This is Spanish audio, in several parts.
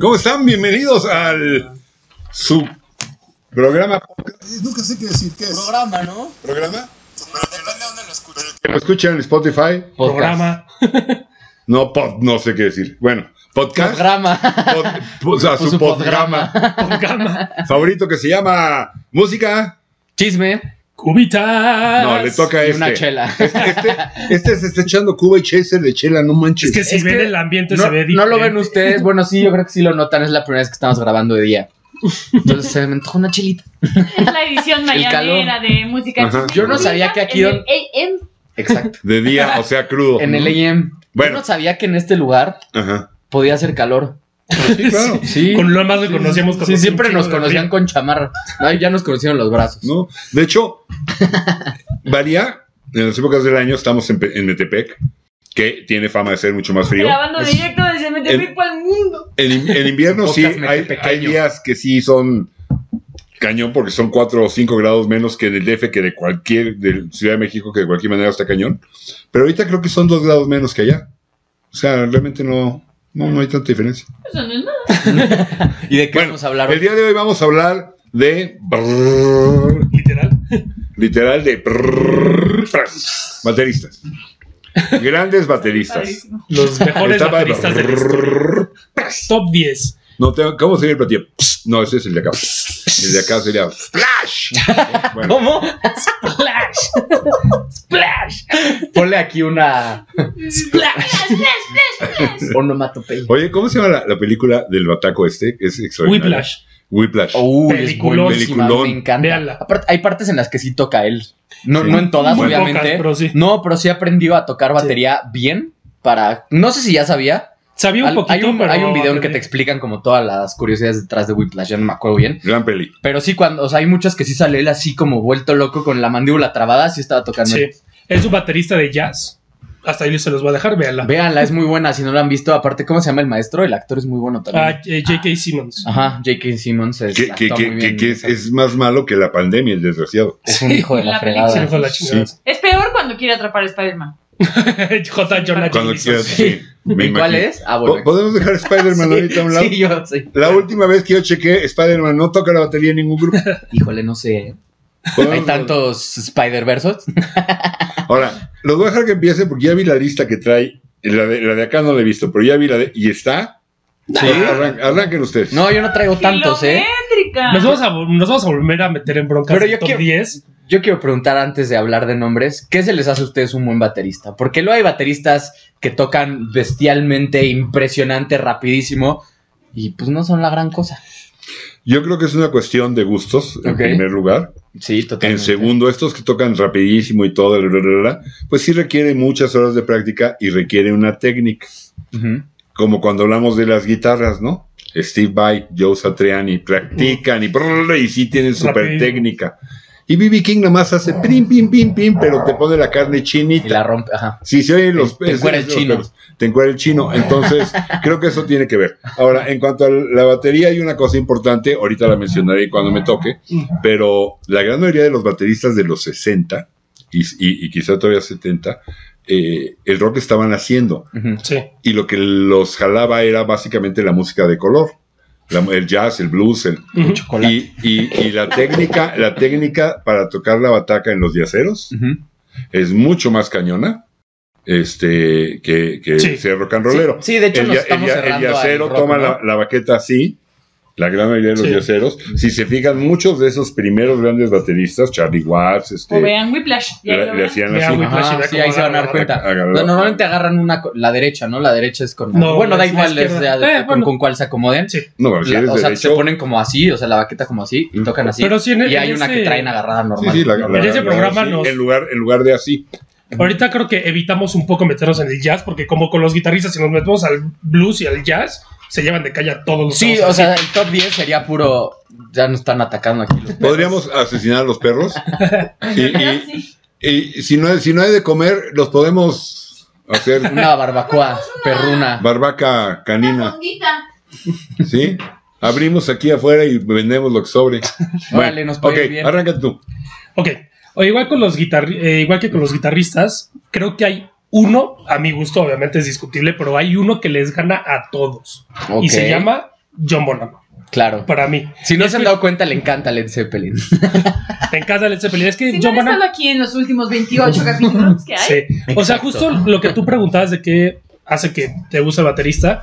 ¿Cómo están? Bienvenidos al su programa. Nunca sé qué decir. ¿Qué es? Programa, ¿no? ¿Programa? Pero depende de dónde lo escuches. Que lo escuchan en Spotify. Programa. No, pod- no sé qué decir. Bueno, podcast. Programa. pod- o sea, Pues su su programa Programa. favorito que se llama Música. Chisme. Cubitas. No, le toca a Y este. una chela. Este, este, este se está echando Cuba y Chaser de chela, no manches. Es que si Es ven que el ambiente No, se ve no diferente. lo ven ustedes. Bueno, sí, yo creo que sí lo notan. Es la primera vez que estamos grabando de día. Entonces se me antojó una chelita. Es la edición mañanera de música. Ajá. Chisme Yo no Chisme sabía que aquí en don- el AM. Exacto. De día, o sea, crudo. En el AM. Yo Bueno, no sabía que en este lugar ajá. podía hacer calor. Sí, claro. Sí. Con lo más le conocíamos Sí, siempre nos conocían con. con chamarra. No, ya nos conocieron los brazos. ¿no? De hecho, varía. En las épocas del año estamos en, Pe- en Metepec, que tiene fama de ser mucho más frío. Grabando directo desde Metepec En- para el mundo. En, in- en invierno sí Podcast hay, hay metepequeño. días que sí son cañón porque son 4 o 5 grados menos que en el DF, que de cualquier, de Ciudad de México, que de cualquier manera está cañón. Pero ahorita creo que son 2 grados menos que allá. O sea, realmente no, no, no hay tanta diferencia. Eso no es nada. ¿Y de qué Bueno, vamos a hablar El hoy? día de hoy vamos a hablar de... Literal. Literal de prrrr, fras, bateristas. Grandes bateristas. Padrísimo. Los mejores Estaba- bateristas de la historia. Top 10. No tengo- ¿Cómo sería el platillo? Pss, No, ese es el de acá. El de acá sería flash. Bueno, ¿Cómo? Splash. Splash. Ponle aquí una Splash, splash, splash. onomatopeya. Oye, ¿cómo se llama la, la película del bataco este? Es extraordinario. Whiplash. Whiplash. Uy, es Peliculón. buenísima, Peliculón. me encanta. Véanla. Aparte, hay partes en las que sí toca él. No, Sí. no en todas, Muy obviamente. pocas, pero sí. No, pero sí aprendió a tocar batería bien para. No sé si ya sabía. Sabía un Al- poquito, hay, un, pero hay un video en que te aprendí. explican como todas las curiosidades detrás de Whiplash, ya no me acuerdo bien. Gran peli. Pero sí, cuando, o sea, hay muchas que sí sale él así como vuelto loco con la mandíbula trabada, sí estaba tocando. Sí. Es un baterista de jazz. Hasta ahí se los voy a dejar, véanla. Véanla, es muy buena, si no la han visto. Aparte, ¿cómo se llama el maestro? El actor es muy bueno también. Ah, eh, J.K. Simmons. Ajá, J.K. Simmons es, Que, que- actúa que- muy que- bien. que es, es más malo que la pandemia, el desgraciado. Es un hijo de En la la fregada. Se me fue la Sí. chingada. Es peor cuando quiere atrapar a Spider-Man. Ah. J. Jonah Cuando Jameson. quieras. Sí, me ¿Y cuál imagino. es? Ah, Po- bueno. ¿Podemos dejar Spider-Man ahorita a un lado? Sí, yo sí. La última vez que yo chequé, Spider-Man no toca la batería en ningún grupo. Híjole, no sé. Hay Podemos- tantos Spider-Versos. Ahora, los voy a dejar que empiece porque ya vi la lista que trae. La de, la de acá no la he visto, pero ya vi la de. ¿Y está? Sí. Arran- arranquen ustedes. No, yo no traigo tantos, ¿eh? Kilométrica. Nos vamos, a, nos vamos a volver a meter en broncas Pero del yo top quiero- 10. Yo quiero preguntar antes de hablar de nombres, ¿qué se les hace a ustedes un buen baterista? Porque luego hay bateristas que tocan bestialmente, impresionante, rapidísimo, y pues no son la gran cosa. Yo creo que es una cuestión de gustos, en Ok. primer lugar. Sí, En segundo, estos que tocan rapidísimo y todo, bla, bla, bla, bla, pues sí requiere muchas horas de práctica y requiere una técnica. Ujú. Como cuando hablamos de las guitarras, ¿no? Steve Vai, Joe Satriani, practican y, brrr, y sí tienen super Rapidísimo. técnica. Y B.B. King nomás hace pim, pim, pim, pim, pero te pone la carne Y chinita. la rompe, ajá. Sí, se oyen los Te- te encuera el se oyen chino. los perros. Te encuera el chino. Entonces, creo que eso tiene que ver. Ahora, en cuanto a la batería, hay una cosa importante, ahorita la mencionaré cuando me toque, Mm. pero la gran mayoría de los bateristas de los 60 y, y- y quizá todavía 70, eh, el rock estaban haciendo Ujú. Sí. y lo que los jalaba era básicamente la música de color. La- el jazz, el blues, el, Ujú. Chocolate. y, y- y la técnica, la técnica para tocar la bataca en los diaceros Ujú. es mucho más cañona este, que, que Sí. ser rock and rollero. Sí, sí, de hecho el, nos ya- el estamos ya- el cerrando al yacero rock, toma ¿no? la, la baqueta así, la gran mayoría de los Sí. yaceros. Si se fijan, muchos de esos primeros grandes bateristas, Charlie Watts, O este, vean Whiplash. ya le, lo le verán. hacían Mira, así. güey, Ajá, Flash y ve sí, cómo ahí se van a dar agarra cuenta. la- agarra la- No, normalmente agarran una, co- la derecha, ¿no? La derecha es con... No, bueno, da es la igual, es ya izquierda. de- Eh, con, bueno. con cuál se acomoden. Sí. No, pues, si La- eres o sea, se derecho. ponen como así, o sea, la baqueta como así, y tocan así. Pero sí, en, y en hay una que ese- traen agarrada Sí, normal. sí, la- la- En ese la- programa sí, nos- en, lugar, en lugar de así. Ahorita creo que evitamos un poco meternos en el jazz, porque como con los guitarristas, si nos metemos al blues y al jazz, se llevan de calle a todos los Sí, chavos. o sea, el top 10 sería puro. Ya nos están atacando aquí. los perros. Podríamos asesinar a los perros. y, Ah, y- sí. y si, no, hay- si no hay de comer, los podemos hacer Una barbacoa perruna. barbaca Una canina. fondita. ¿Sí? Abrimos aquí afuera y vendemos lo que sobre. Órale, nos puede ok, ir bien. arranca tú. Ok. O igual, con los guitarri- eh, igual que con los guitarristas, creo que hay uno, a mi gusto obviamente es discutible, pero hay uno que les gana a todos. Ok. Y se llama John Bonham, Claro. para mí. Si no se han que- dado cuenta, le encanta Led Zeppelin. Te encanta Led Zeppelin. Es que Si no John han Bonham. estado aquí en los últimos 28 capítulos que hay. Sí. O sea, Exacto. justo lo que tú preguntabas de qué hace que te guste el baterista.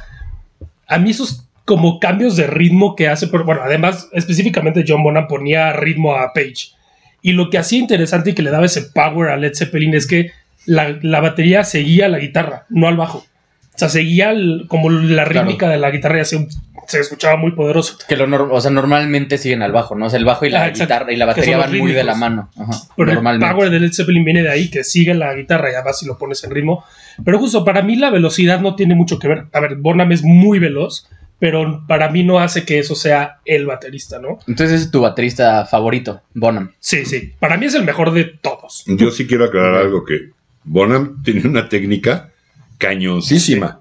A mí esos como cambios de ritmo que hace, por- bueno, además específicamente John Bonham ponía ritmo a Page. Y lo que hacía interesante y que le daba ese power a Led Zeppelin es que la, la batería seguía la guitarra, no al bajo. O sea, seguía el- como la rítmica de la guitarra y hacía un- se escuchaba muy poderoso. Que lo nor- o sea, normalmente siguen al bajo, ¿no? O sea, el bajo y la Ah, exacto. guitarra y la Que son batería los van muy de la rítmicos. mano. Ajá, Pero el normalmente. power de Led Zeppelin viene de ahí, que sigue la guitarra y además si lo pones en ritmo. Pero justo para mí la velocidad no tiene mucho que ver. A ver, Bonham es muy veloz, pero para mí no hace que eso sea el baterista, ¿no? Entonces es tu baterista favorito, Bonham. Sí, sí. Para mí es el mejor de todos. Yo sí quiero aclarar algo que Bonham tiene una técnica cañoncísima.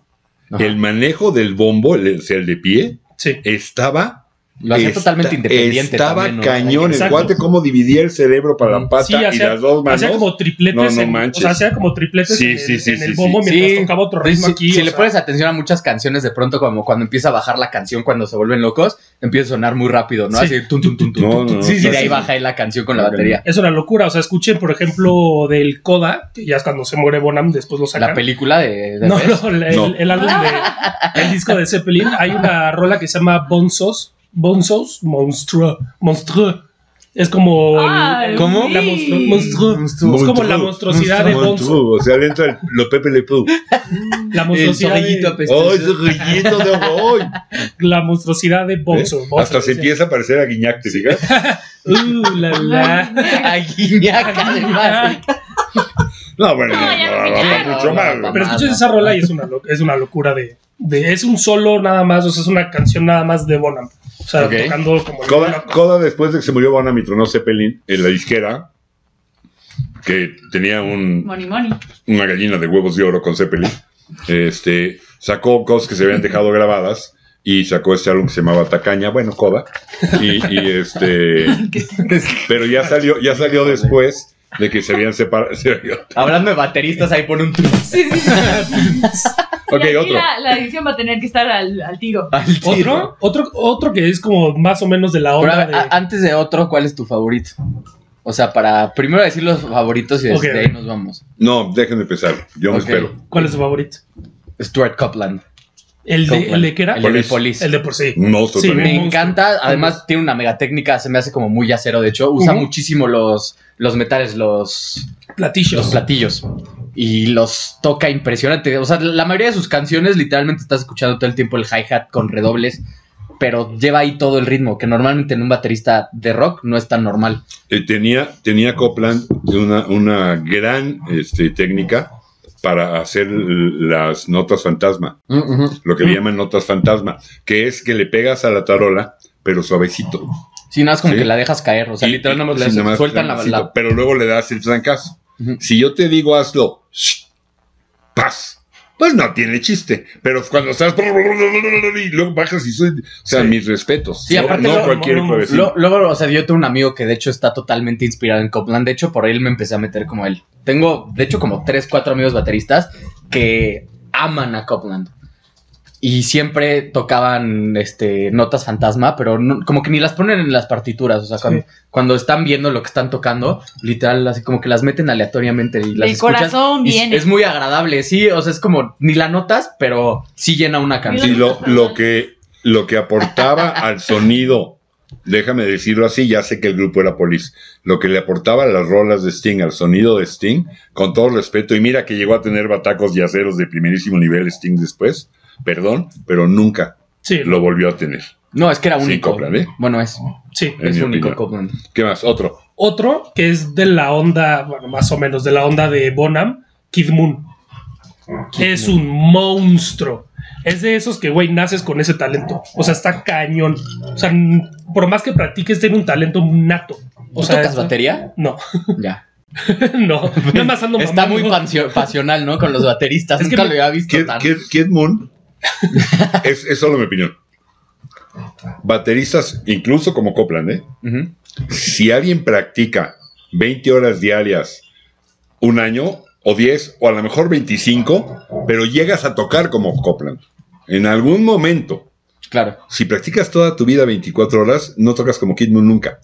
Ajá. El manejo del bombo, el, o sea, el de pie, Sí. estaba... Lo hacía esta- totalmente independiente. Estaba también, ¿no? cañón. El Exacto. cuate cómo dividía el cerebro para la Sí, pata Sí, y las dos manos. hacía como No, tripletes. no en- manches. o sea, hacía como tripletes Sí, en, el- sí, sí, en el sí, bombo sí. mientras tocaba otro ritmo si, aquí. si o le sea, pones atención a muchas canciones, de pronto, como cuando empieza a bajar la canción, cuando se vuelven locos, empieza a sonar muy rápido, ¿no? Sí. Así, tun, tun, tun, tun, No, tun, tun. no, sí, sí, no, de ahí sí. baja ahí la canción con la Ok. batería. Es una locura. O sea, escuchen, por ejemplo, del Coda, que ya es cuando se muere Bonham, después lo sacan. La película de, de No, Best. no, el, No. el álbum de, el disco de Zeppelin, hay una rola que se llama Bonzos, Bonzos, Monstruo, Monstruo. Es como el- Ay, el- ¿Cómo? la monstru- monstruo, Monstruo. es como la Monstruo. monstruosidad de Bonzo, Monstruo, O sea, le entra el- lo Pepe Le Pew. la El pues, monstruosidad zorrillito de, apestoso. ¡Ay, su rellito de hoy! la monstruosidad de Bonzo. ¿Eh? Bonzo, Hasta se sí. empieza a parecer a Guiñac, ¿te fijas? Uh, la, la. Ah, Ay, guiñaca, además. No, bueno, No, no, ya no, no, va ya pa' no, mucho no, más. no, güey. Pero escuchas esa rola y es una, lo- es una locura de, de- Es un solo nada más, o sea, es una canción nada más de Bonham. O sea, Ok. tocando como... Coda, Coda, después de que se murió Bonham y tronó Zeppelin en la disquera, que tenía un, Money, money. una gallina de huevos de oro con Zeppelin, este, sacó cosas que se habían dejado grabadas y sacó este álbum que se llamaba Tacaña, bueno, Coda, y, y este, pero ya salió, ya salió después de que se habían separado. se habían- Hablando de bateristas, ahí pone un tun Sí, sí, sí. Y Ok, aquí otro. La, la edición va a tener que estar al, al tiro. al tiro. ¿Otro? otro, otro que es como más o menos de la Pero a onda ver, de... a- antes de otro, ¿cuál es tu favorito? O sea, para primero decir los favoritos y desde Ok. ahí nos vamos. No, déjenme empezar, yo me Ok. espero. ¿Cuál es su favorito? Stuart Copeland. ¿El de, Copeland. el de qué era? El de Police. Police. El de por sí. Un monstruo Sí, también. Me Monstruo. encanta, además tiene una mega técnica, se me hace como muy acero, de hecho, usa Ujú. muchísimo los, los metales, los, los Platillos. platillos. Y los toca impresionante. O sea, la mayoría de sus canciones literalmente estás escuchando todo el tiempo el hi-hat con redobles, pero lleva ahí todo el ritmo, que normalmente en un baterista de rock no es tan normal. Eh, tenía, tenía Copland una, una gran este, técnica para hacer l- las notas fantasma, lo que Mm. llaman notas fantasma, que es que le pegas a la tarola, pero suavecito. Si no es como Sí. que la dejas caer, o sea, Y- literalmente y- nomás le sí, haces- nomás sueltan la, suavecito, la- Pero luego le das el trancazo. Ujú. Si yo te digo hazlo, shh, paz. Pues no tiene chiste, pero cuando estás y luego bajas y sube- o sea, Sí. mis respetos. Sí, no aparte no lo- cualquier lo- jueves. Lo- luego, o sea, yo tengo un amigo que de hecho está totalmente inspirado en Copland. De hecho, por él me empecé a meter como él. Tengo, de hecho, como tres, cuatro amigos bateristas que aman a Copland. Y siempre tocaban este, notas fantasma, pero no- como que ni las ponen en las partituras. O sea, cuando, cuando están viendo lo que están tocando, literal, así como que las meten aleatoriamente y las El escuchas, corazón y viene. Es muy agradable, sí. O sea, es como ni la notas, pero sí llena una canción. Y lo, lo, que, lo que aportaba al sonido, déjame decirlo así, ya sé que el grupo era Police, lo que le aportaba a las rolas de Sting, al sonido de Sting, con todo respeto, y mira que llegó a tener batacos y aceros de primerísimo nivel Sting después, perdón, pero nunca Sí, lo volvió a tener. No, es que era Sí, único. Copland, ¿eh? Bueno, es, sí. En es mi único opinión. Copland. ¿Qué más? Otro. Otro que es de la onda, bueno, más o menos, de la onda de Bonham, Kid Moon. es un monstruo. Es de esos que, güey, naces con ese talento. O sea, está cañón. O sea, n- por más que practiques, tiene un talento nato. O ¿Tú sea, tocas está- batería? No, Ya. no. Nada más ando Está mamando. muy pasio- pasional, ¿no? Con los bateristas. Es que Nunca me- lo había visto Kid, tan. Kid- Kid Moon es, es solo mi opinión. Bateristas, incluso como Copland, ¿eh? Ujú. si alguien practica 20 horas diarias un año, o 10, o a lo mejor 25, pero llegas a tocar como Copland, en algún momento Claro. Si practicas toda tu vida 24 horas, no tocas como Kid Moon nunca.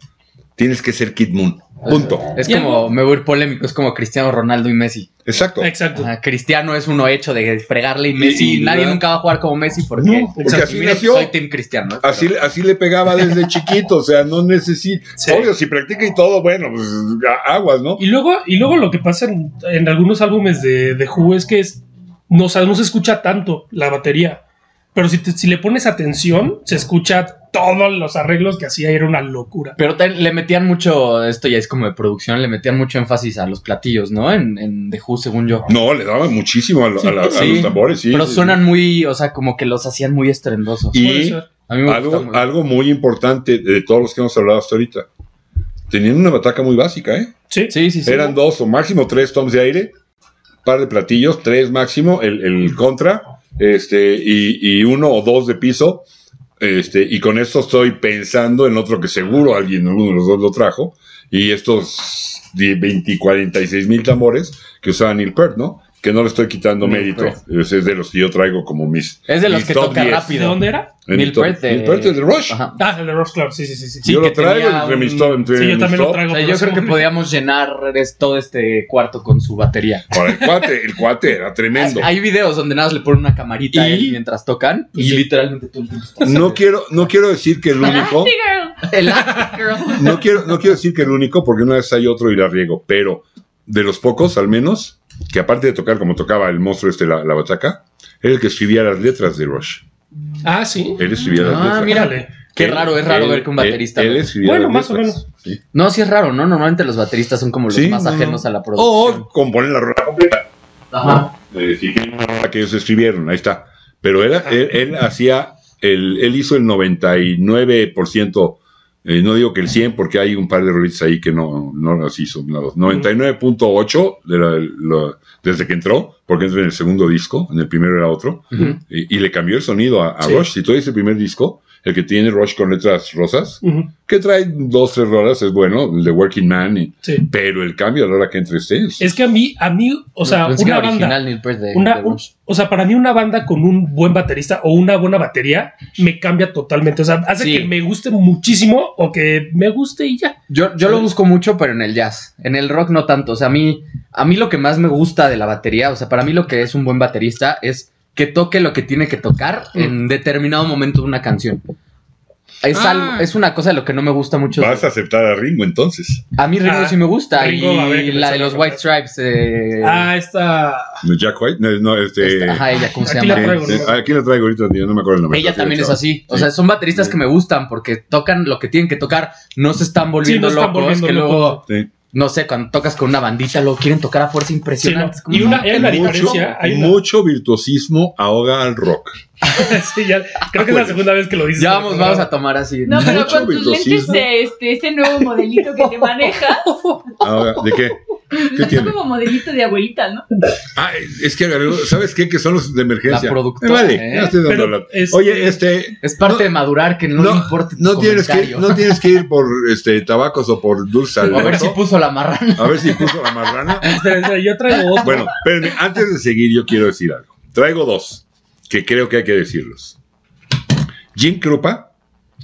Tienes que ser Kid Moon. Punto. Es Y como, algo- me voy a ir polémico, es como Cristiano Ronaldo y Messi. Exacto. Exacto. Ajá, Cristiano es uno hecho de fregarle y Messi, y nadie la- nunca va a jugar como Messi porque... No, Porque exacto. así Mira, nació. soy Team Cristiano. ¿eh? Así, así le pegaba desde chiquito, o sea, no necesita. Sí. Obvio, si practica y todo, bueno, pues a- aguas, ¿no? Y luego, y luego lo que pasa en, en algunos álbumes de, de Who es que es, no, o sea, no se escucha tanto la batería. Pero si, te- si le pones atención, se escucha todos los arreglos que hacía, era una locura. Pero también le metían mucho, esto ya es como de producción, le metían mucho énfasis a los platillos, ¿no? En, en The Who, según yo. No, le daban muchísimo a, lo- a la- a Sí. los tambores, sí. Pero sí, suenan muy, o sea, como que los hacían muy estrendosos. Y- Puede ser. a mí sí. me gusta Algo, mucho. algo muy importante de todos los que hemos hablado hasta ahorita. Tenían una bataca muy básica, ¿eh? Sí. Sí, sí, sí. Eran dos o máximo tres toms de aire, par de platillos, tres máximo, el, el contra, este, y, y uno o dos de piso. Este, y con esto estoy pensando en otro que seguro alguien, alguno de los dos lo trajo, y estos 10, 20, 46 mil tambores que usaba Neil Peart, ¿no? Que no le estoy quitando Neil mérito, Peart. ese es de los que yo traigo como mis... Es de los mis que top toca 10. ¿De rápido. dónde era? en Neil mi top- Peart de- Neil Peart es de Rush. Ajá. Ah, el de Ross Clark, sí, sí, sí. sí. Sí, yo que lo traigo tenía entre mis un- top. entre Sí, yo mis también lo top. traigo. O sea, yo creo que podíamos llenar es- todo este cuarto con su batería. Ahora, el cuate, el cuate era tremendo. Hay videos donde nada más le ponen una camarita a Y- él mientras tocan y Sí. literalmente tú No quiero, no quiero decir que el único... Elastic Girl. El- Girl. No quiero, no quiero decir que el único, porque una vez hay otro y la riego, pero de los pocos, al menos, que aparte de tocar como tocaba el monstruo este, la, la bataca, era el que escribía las letras de Rush. Ah, sí. Él escribía las Ah, letras. mira. Órale. Qué Él- raro, es raro él- ver que un él- baterista. Él, escribía Bueno, las más o letras. menos. Sí. No, sí es raro, ¿no? Normalmente los bateristas son como los Sí, más no, no. ajenos a la producción. O componen la rola completa. Ajá. Eh, sí, que la que ellos escribieron, ahí está. Pero era, él, él hacía, el, él hizo el 99%, eh, no digo que el 100%, porque hay un par de rolitas ahí que no, no las hizo. no, 99.8% de la- la- desde que entró, porque entró en el segundo disco, en el primero era otro, Ujú. y, y le cambió el sonido a, a Sí. Rush. Si tú dices el primer disco, el que tiene Rush con letras rosas, Ujú, que trae dos, tres rolas, es bueno, el de Working Man, y- Sí. pero el cambio a la hora que entre ustedes. Es que a mí, a mí, o sea, La música una banda. original, Neil Peart de- una- de un- Rush. o sea, para mí una banda con un buen baterista o una buena batería me cambia totalmente. O sea, hace Sí. que me guste muchísimo o que me guste y ya. Yo, yo lo busco mucho, pero en el jazz. En el rock no tanto. O sea, a mí, a mí lo que más me gusta de la batería, o sea, para mí lo que es un buen baterista es que toque lo que tiene que tocar en determinado momento de una canción. Es, Ah. algo, es una cosa de lo que no me gusta mucho. Vas a aceptar a Ringo entonces. A mí Ringo Ah, sí me gusta. Ringo, a ver, y que me la de salga los otra White Stripes. eh, Ah, esta. Jack White, no, no, este. eh, ah, esta- ajá, ella, ¿cómo se aquí llama? la traigo, Sí, ¿no? sí. Aquí la traigo ahorita, tío, no me acuerdo el nombre. Ella Sí, también es chava. así. O sea, son bateristas que me gustan porque tocan lo que tienen que tocar. No se están volviendo se están locos. volviendo que locos. luego, Sí. no sé, cuando tocas con una bandita, lo quieren tocar a fuerza impresionante. Sí, no. Es como, Y una- no, hay una qué diferencia. mucho. hay una- Mucho virtuosismo ahoga al rock. Sí, ya. Creo que es la segunda vez que lo dices. Ya vamos, vamos a tomar así. No, pero Mucho con tus lentes virtuosismo. de este, ese nuevo modelito que te maneja, Ahoga- ¿De qué? ¿Qué es tiene? como modelito de abuelita, ¿no? Ah, es que, ¿sabes qué? Que son los de emergencia. La productora, Eh, vale, ¿eh? ya estoy dando Pero, la- este- Oye, este. Es No, parte de madurar que no, no, le importe tu No tienes, que, comentario. no tienes que ir por este tabacos o por dulce al A ver si orto. puso la marrana. a ver si puso la marrana. Espera, espera, Yo traigo otro. Bueno, espérenme, antes de seguir, yo quiero decir algo. Traigo dos que creo que hay que decirlos: Jim Krupa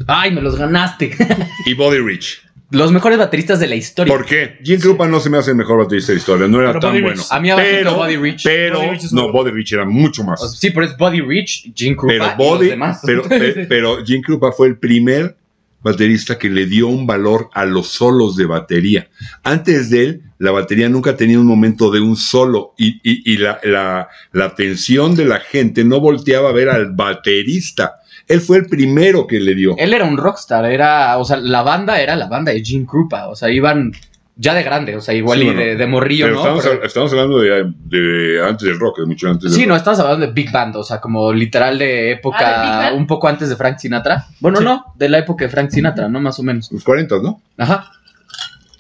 Ay, me los ganaste. y Body Rich. Los mejores bateristas de la historia. ¿Por qué? Jim Krupa no se me hace el mejor baterista de la historia, no era Pero tan Buddy bueno. Rich- A mí abajito Pero- Body Rich. Pero, Buddy Rich es no, muy Body Rich era mucho O sea, más. Sí, pero es Body Rich, Pero Gene Krupa y los Body, demás. pero, pe- pero Jim Krupa fue el primer baterista que le dio un valor a los solos de batería. Antes de él, la batería nunca tenía un momento de un solo y, y- y la, la- la atención de la gente no volteaba a ver al baterista. Él fue el primero que le dio. Él era un rockstar, era, o sea, la banda era la banda de Gene Krupa, o sea, iban ya de grande, o sea, igual Sí, y bueno, de, de morrillo, Pero ¿no? estamos, Pero- hab- estamos hablando de, de antes del rock, de mucho antes del sí, rock. no, estamos hablando de Big Band, o sea, como literal de Ah, ¿de Big época, Band? un poco antes de Frank Sinatra. Bueno, Sí. no, de la época de Frank Sinatra, ¿no? Más o menos. Los 40, ¿no? Ajá.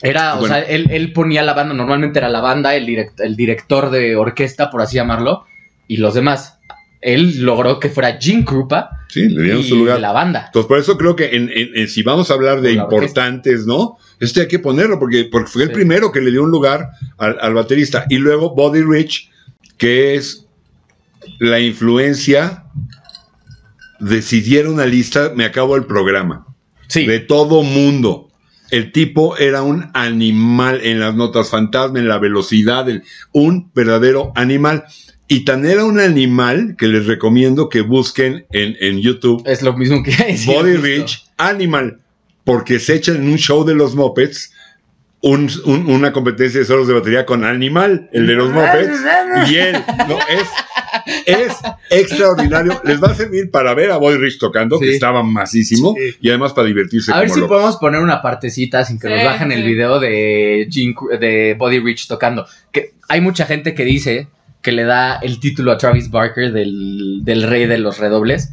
Era, o Bueno. sea, él, él ponía la banda, normalmente era la banda, el, direct- el director de orquesta, por así llamarlo, y los demás. Él logró que fuera Gene Krupa Sí, le dieron y su lugar. la banda. Entonces, por eso creo que en, en- en- si vamos a hablar de La orquesta. importantes, ¿no? Este hay que ponerlo, porque, porque fue el Sí. primero que le dio un lugar al, al baterista. Y luego Body Rich, que es la influencia decidiera una lista, me acabo el programa. Sí. De todo mundo. El tipo era un animal en las notas fantasma, en la velocidad, en- un verdadero animal. Y tan era un animal que les recomiendo que busquen en, en YouTube Es lo mismo que sí, Body justo. Rich Animal, porque se echa en un show de los Muppets un- un- una competencia de solos de batería con Animal, el de Ah, los Muppets, y él, no, es, es extraordinario. Les va a servir para ver a Body Rich tocando, que Sí. estaba masísimo, Sí. y además para divertirse A ver como si loco. podemos poner una partecita sin que nos Sí, bajen el sí. video de, Gene Cr- de Body Rich tocando. Que hay mucha gente que dice que le da el título a Travis Barker del, del rey de los redobles.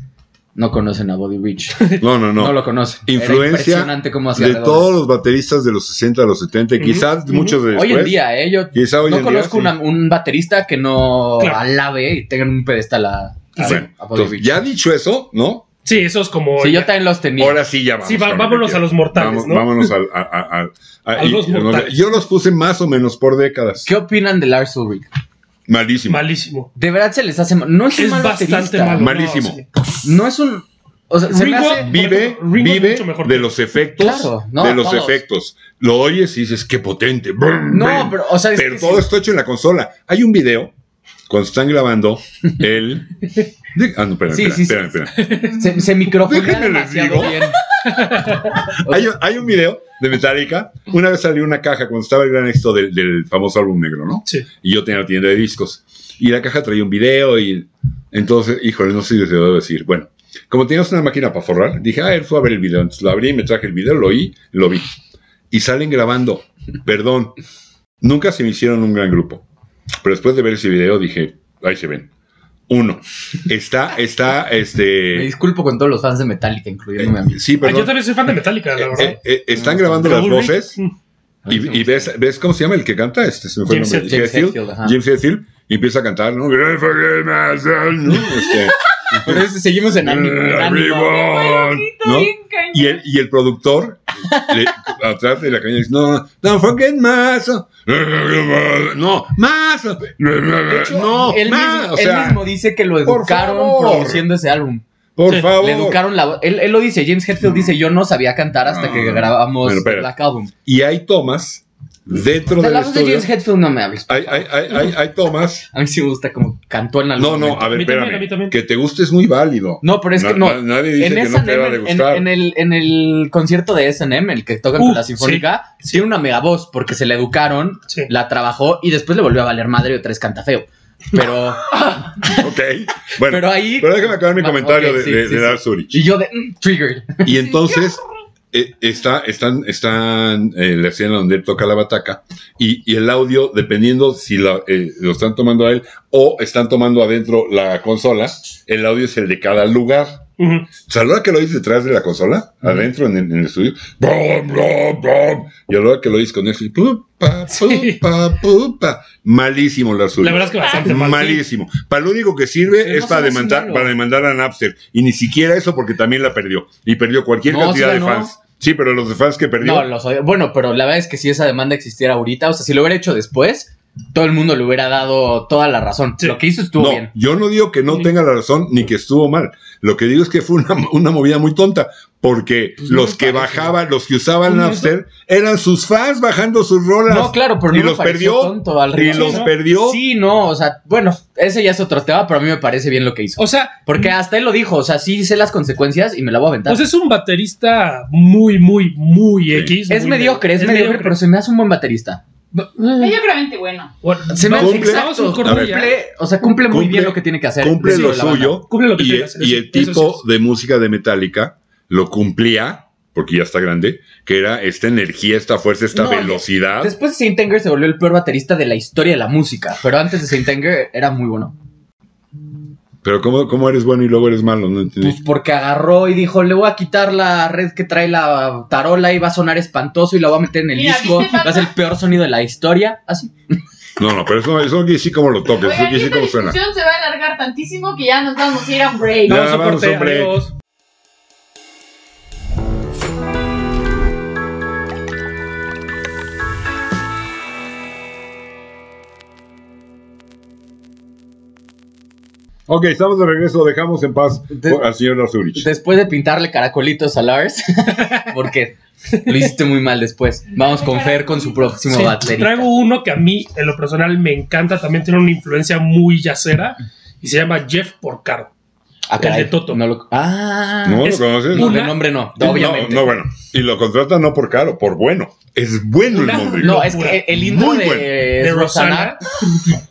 No conocen a Body Rich. No, no, No, no. lo conocen. Era Influencia impresionante cómo hacía de redobles. todos los bateristas de los 60 a los 70, y Ujú, quizás ujú. muchos de Hoy después, en día, ¿eh? Yo Quizá hoy no en día, conozco sí. una- un baterista que no Claro. alabe y tenga en un pedestal a, a- Bueno, a Body entonces, Rich. ya dicho eso, ¿no? Sí, eso es como. Sí, yo también los tenía. Ahora sí ya vamos. Sí, va- con el vámonos video. a los mortales, Vamos- ¿no? Vámonos al- a, a- a- a- A y- los mortales. Yo los puse más o menos por décadas. ¿Qué opinan de Lars Ulrich? Malísimo. Malísimo. De verdad se les hace mal. No es, un Es mal bastante baterista. malo. Malísimo. No, sí. No es un. O sea, se me Ringo- hace. Vive, Por ejemplo, Ringo es vive mucho mejor de que- los efectos, Claro, no, de los todos. efectos. Lo oyes y dices, qué potente. brum, No, brum. pero, o sea, es Pero que todo sí. esto hecho en la consola. Hay un video, cuando están grabando, el... de- Ah, no, espérame, Sí, espérame, sí, sí. espérame, espérame. se, se microfonea Déjenme les demasiado digo. bien. Hay, un- hay un video de Metallica. Una vez salió una caja cuando estaba el gran éxito del, del famoso álbum negro, ¿no? Sí. Y yo tenía la tienda de discos. Y la caja traía un video y entonces, híjole, no sé si se lo debo decir. Bueno, como teníamos una máquina para forrar, dije, ah, él fue a ver el video. Entonces lo abrí, me traje el video, lo oí, lo vi. Y salen grabando. Perdón, nunca se me hicieron un gran grupo. Pero después de ver ese video dije, ahí se ven. Uno, está, está, Me este... disculpo con todos los fans de Metallica, incluyéndome a mí. Sí, Ah, yo perdón. también soy fan de Metallica, la verdad. Eh, eh, están No, grabando las Ulrich, voces mm, y, y ves, ves cómo se llama el que canta este se me fue el James nombre. Hetfield. Hetfield. Hetfield, ajá. James Hetfield y empieza a cantar no ¿no? Este, Pero es- seguimos en ánimo. en ánimo. everyone, ¿no? y el y el productor le- atrás de la caña dice no no, no forget más no más De hecho, no él, más Ah, mismo, o él sea mismo dice que lo por educaron favor. produciendo ese álbum. por Sí, favor Le educaron la voz. Él, él lo dice, James Hetfield No. dice, yo no sabía cantar hasta No, que no, no. grabamos Bueno, espera. Black Album. y hay tomas dentro De del la voz de estudio James Hetfield no me hables. hay, hay, hay, hay, hay tomas A mí sí me gusta como cantó en la no ah, no a A ver mí también, a mí espérame también. que te guste es muy válido No, pero es que no. Na- na- nadie dice En, que esa no te va a en, gustar en el, en el concierto de SM, el que tocan Uh, con la Sinfónica, tiene una mega voz porque se la educaron, sí. la trabajó y después le volvió a valer madre otra vez canta feo. Pero, Ok, bueno, pero, pero ahí. déjame acabar mi Va, comentario ok, de, sí, de- sí, de sí. Lars Ulrich. Y yo de. mm, triggered. Y entonces eh, está, están, están eh, la escena donde él toca la bataca y, y el audio, dependiendo si la- eh, lo están tomando a él o están tomando adentro la consola, el audio es el de cada lugar. Ujú. O sea, a la hora que lo oís detrás de la consola, adentro en el, en el estudio, brum, brum, brum, y a la hora que lo oís con eso, pupa, Sí. pupa, pupa. Malísimo Lars Ulrich. La verdad es que bastante mal. Malísimo. Para lo único que sirve Pero es no para se me hace demandar, malo. para demandar a Napster. Y ni siquiera eso porque también la perdió. Y perdió cualquier No, cantidad sí de ganó. fans. Sí, pero los de fans que perdió. No, los odio. Bueno, pero la verdad es que si esa demanda existiera ahorita, o sea, si lo hubiera hecho después, todo el mundo le hubiera dado toda la razón. Sí. Lo que hizo estuvo No, bien. yo no digo que no tenga la razón ni que estuvo mal. Lo que digo es que fue una, una movida muy tonta. Porque Pues no los me que parece. Pues bajaban, los que usaban No, Napster, eran sus fans bajando sus rolas. No, claro, pero y no me los pareció perdió, tonto al y revés. los ¿no? perdió. Sí, no, o sea, bueno, ese ya es otro tema, pero a mí me parece bien lo que hizo. O sea, Porque hasta él lo dijo, o sea, sí sé las consecuencias y me la voy a aventar. pues es un baterista muy, muy, muy Sí. X. es muy mediocre, es, medio- mediocre, pero se me hace un buen baterista. Mediocremente bueno. Bueno, Se me vamos- hace cumple- vamos a exacto, un corte A ver. ya. cumple, o sea, cumple muy Cumple- bien lo que tiene que hacer. cumple Sí, lo la banda. suyo Cumple lo que y, tiene que el- hacer, y eso- el eso tipo sí de música de Metallica lo cumplía, porque ya está grande, que era esta energía, esta fuerza, esta No, velocidad. Después de Saint Anger se volvió el peor baterista de la historia de la música, pero antes de Saint Anger era muy bueno. Pero ¿cómo, ¿cómo eres bueno y luego eres malo? No entendí. Pues porque agarró y dijo, le voy a quitar la red que trae la tarola y va a sonar espantoso y la voy a meter en el Mira, disco. ¿viste, Va a ser el peor sonido de la historia. Así. No, no, pero eso, eso no quiere decir cómo lo toques, eso Oigan, quiere decir esta cómo suena. discusión se va a alargar tantísimo que ya nos vamos a ir a un break. Ya, Vamos a un vamos, corte, hombre. adiós. Ok, estamos de regreso. Dejamos en paz De- al señor Lazurich. Después de pintarle caracolitos a Lars, porque lo hiciste muy mal después. Vamos con Fer con su próximo Sí, baterista. Traigo uno que a mí, en lo personal, me encanta. También tiene una influencia muy yacera y se llama Jeff Porcaro. Ah, caray, el de Toto. no lo- ah, ¿No lo es conoces? no, una- de nombre no, No, obviamente. No, bueno. Y lo contratan no por caro, por bueno. Es bueno el Una- Mondrigo. No, es que el intro Muy de, bueno. De Rosana Rosana.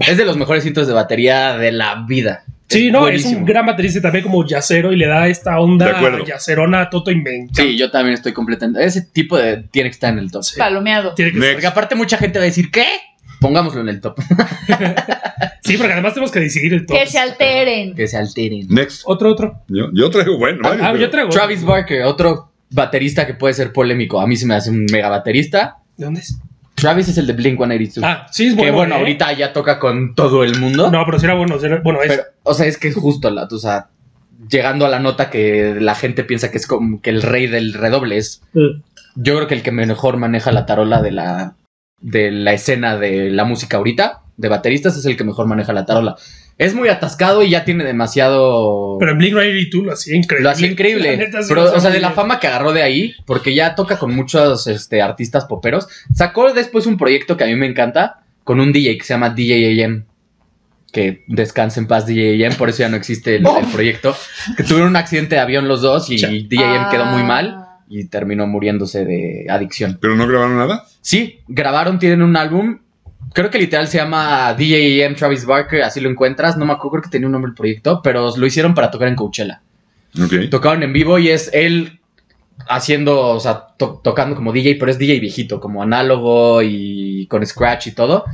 es de los mejores intros de batería de la vida. Sí, no, es buenísimo. un gran baterista también como yacero y le da esta De onda acuerdo. yacerona a Toto y me encanta. Sí, yo también estoy completamente. Ese tipo de tiene que estar en el top. Palomeado. Tiene que Next. Porque aparte mucha gente va a decir, ¿qué? Pongámoslo en el top. Sí, porque además tenemos que decidir el top. pues, Que se alteren. Que se alteren. Next. Otro, otro. Yo, yo traigo bueno. Ah, varios, ah, pero- yo traigo. Travis Barker, otro baterista que puede ser polémico. A mí se me hace un mega baterista. ¿De dónde es? Travis es el de Blink 182. Ah, sí, es que bueno. bueno, ¿eh? ahorita ya toca con todo el mundo. No, pero sí era bueno. sí era- bueno, es. Pero, o sea, es que es justo, la, o sea, llegando a la nota que la gente piensa que es como que el rey del redoble es. Mm. Yo creo que el que mejor maneja la tarola de la, de la escena de la música ahorita, de bateristas, es el que mejor maneja la tarola. Es muy atascado y ya tiene demasiado. Pero en Blink 182 lo hacía increíble. lo hacía increíble. La neta, sí Pero, lo hacía o sea, muy de la bien. fama que agarró de ahí, porque ya toca con muchos este, artistas poperos. Sacó después un proyecto que a mí me encanta con un DJ que se llama DJ AM. Que descanse en paz DJ AM, por eso ya no existe el, el proyecto. Que tuvieron un accidente de avión los dos y Oh. Cha. DJ AM quedó muy mal Ah. y terminó muriéndose de adicción. Pero no grabaron nada. Sí, grabaron, tienen un álbum. Creo que literal se llama DJ AM Travis Barker, así lo encuentras. No me acuerdo, creo que tenía un nombre el proyecto, pero lo hicieron para tocar en Coachella Ok. tocaron en vivo y es él haciendo, o sea, to- tocando como DJ, pero es DJ viejito, como análogo y con scratch y todo.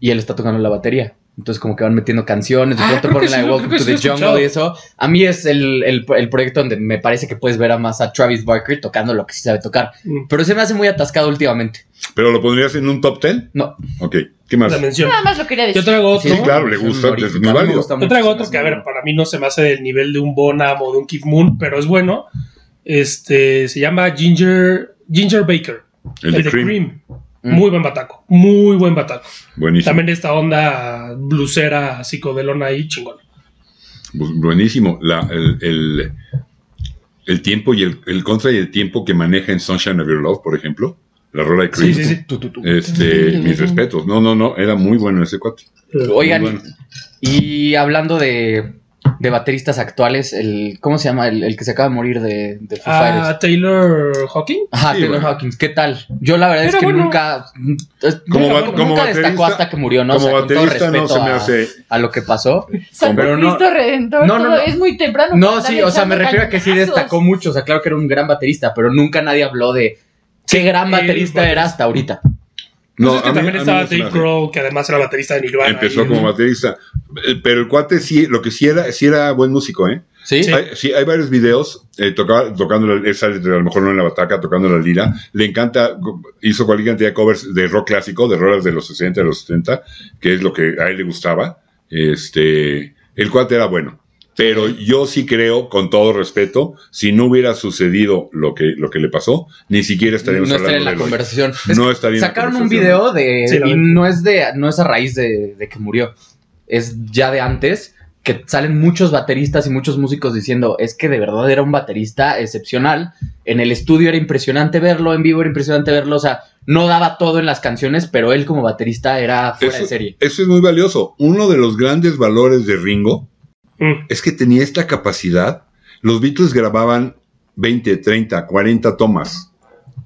Y él está tocando la batería. Entonces, como que van metiendo canciones, de Ah, pronto creo que ponen la de sí lo- Welcome creo to que the sí lo he Jungle y eso. A mí es el, el- el proyecto donde me parece que puedes ver a más a Travis Barker tocando lo que sí sabe tocar. Mm. Pero se me hace muy atascado últimamente. ¿Pero lo pondrías en un top 10? No. Ok. ¿Qué más? La mención. Ah, Nada más lo quería Yo decir. traigo otro. Sí, claro, le gusta, un es muy original, me válido. gusta Yo mucho, traigo se me otro hace que, a muy ver, bueno. para mí no se me hace del nivel de un Bonham o de un Keith Moon, pero es bueno. Este, se llama Ginger, Ginger Baker. El, de Cream. Mm. Muy buen bataco. Muy buen bataco. Buenísimo. También esta onda blusera, psicodelona y chingón. Bu- Buenísimo. La- el, el- el tiempo y el, el contra y el tiempo que maneja en Sunshine of Your Love, por ejemplo. La rola de Cream. Sí, sí, sí. Este, mis respetos. No, no, no. Era muy bueno ese cuate. Oigan, Muy bueno. Y hablando de, de bateristas actuales, el ¿cómo se llama? El, el que se acaba de morir de, de Foo Fighters. Ah, Taylor Hawking. Ajá, sí, Taylor bueno. Hawkins, ¿qué tal? Yo la verdad es Pero que bueno. nunca, Como nunca, bat- como nunca destacó baterista- hasta que murió, ¿no? O Como sea, con todo baterista no respeto se me a- hace. a lo que pasó. Santo Pero no- Cristo Redentor. No, no, todo- no. Es muy temprano. No, para pues sí, darle o sea, me echando refiero a que sí cañonazos. destacó mucho. O sea, claro que era un gran baterista, pero nunca nadie habló de qué gran el baterista baterista. era hasta ahorita. No, No, Pues es que a mí- también a mí estaba no se me Dave hace. Grohl, que además era baterista de Nirvana. Empezó y- como baterista. Eh, Pero el cuate sí, lo que sí era, sí era buen músico, ¿eh? ¿Sí? Sí. Hay, sí, hay varios videos eh, tocaba- tocando, la- él sale, a lo mejor no en la bataca, tocando la lira. Le encanta, go- hizo cualquier cantidad de covers de rock clásico, de rolas de los 60, de los 70, que es lo que a él le gustaba. Este, el cuate era bueno. Pero yo sí creo, con todo respeto, si no hubiera sucedido lo que, lo que le pasó, ni siquiera estaríamos no estaría en hablando la de lo- conversación. Es No estaría en la Sacaron un conversación. video de. Sí, la y verdad. no es de. No es a raíz de, de que murió. Es ya de antes. Que salen muchos bateristas y muchos músicos diciendo. Es que de verdad era un baterista excepcional. En el estudio era impresionante verlo. En vivo era impresionante verlo. O sea, no daba todo en las canciones, pero él como baterista era fuera de serie. Eso es muy valioso. Uno de los grandes valores de Ringo Mm. es que tenía esta capacidad. Los Beatles grababan 20, 30, 40 tomas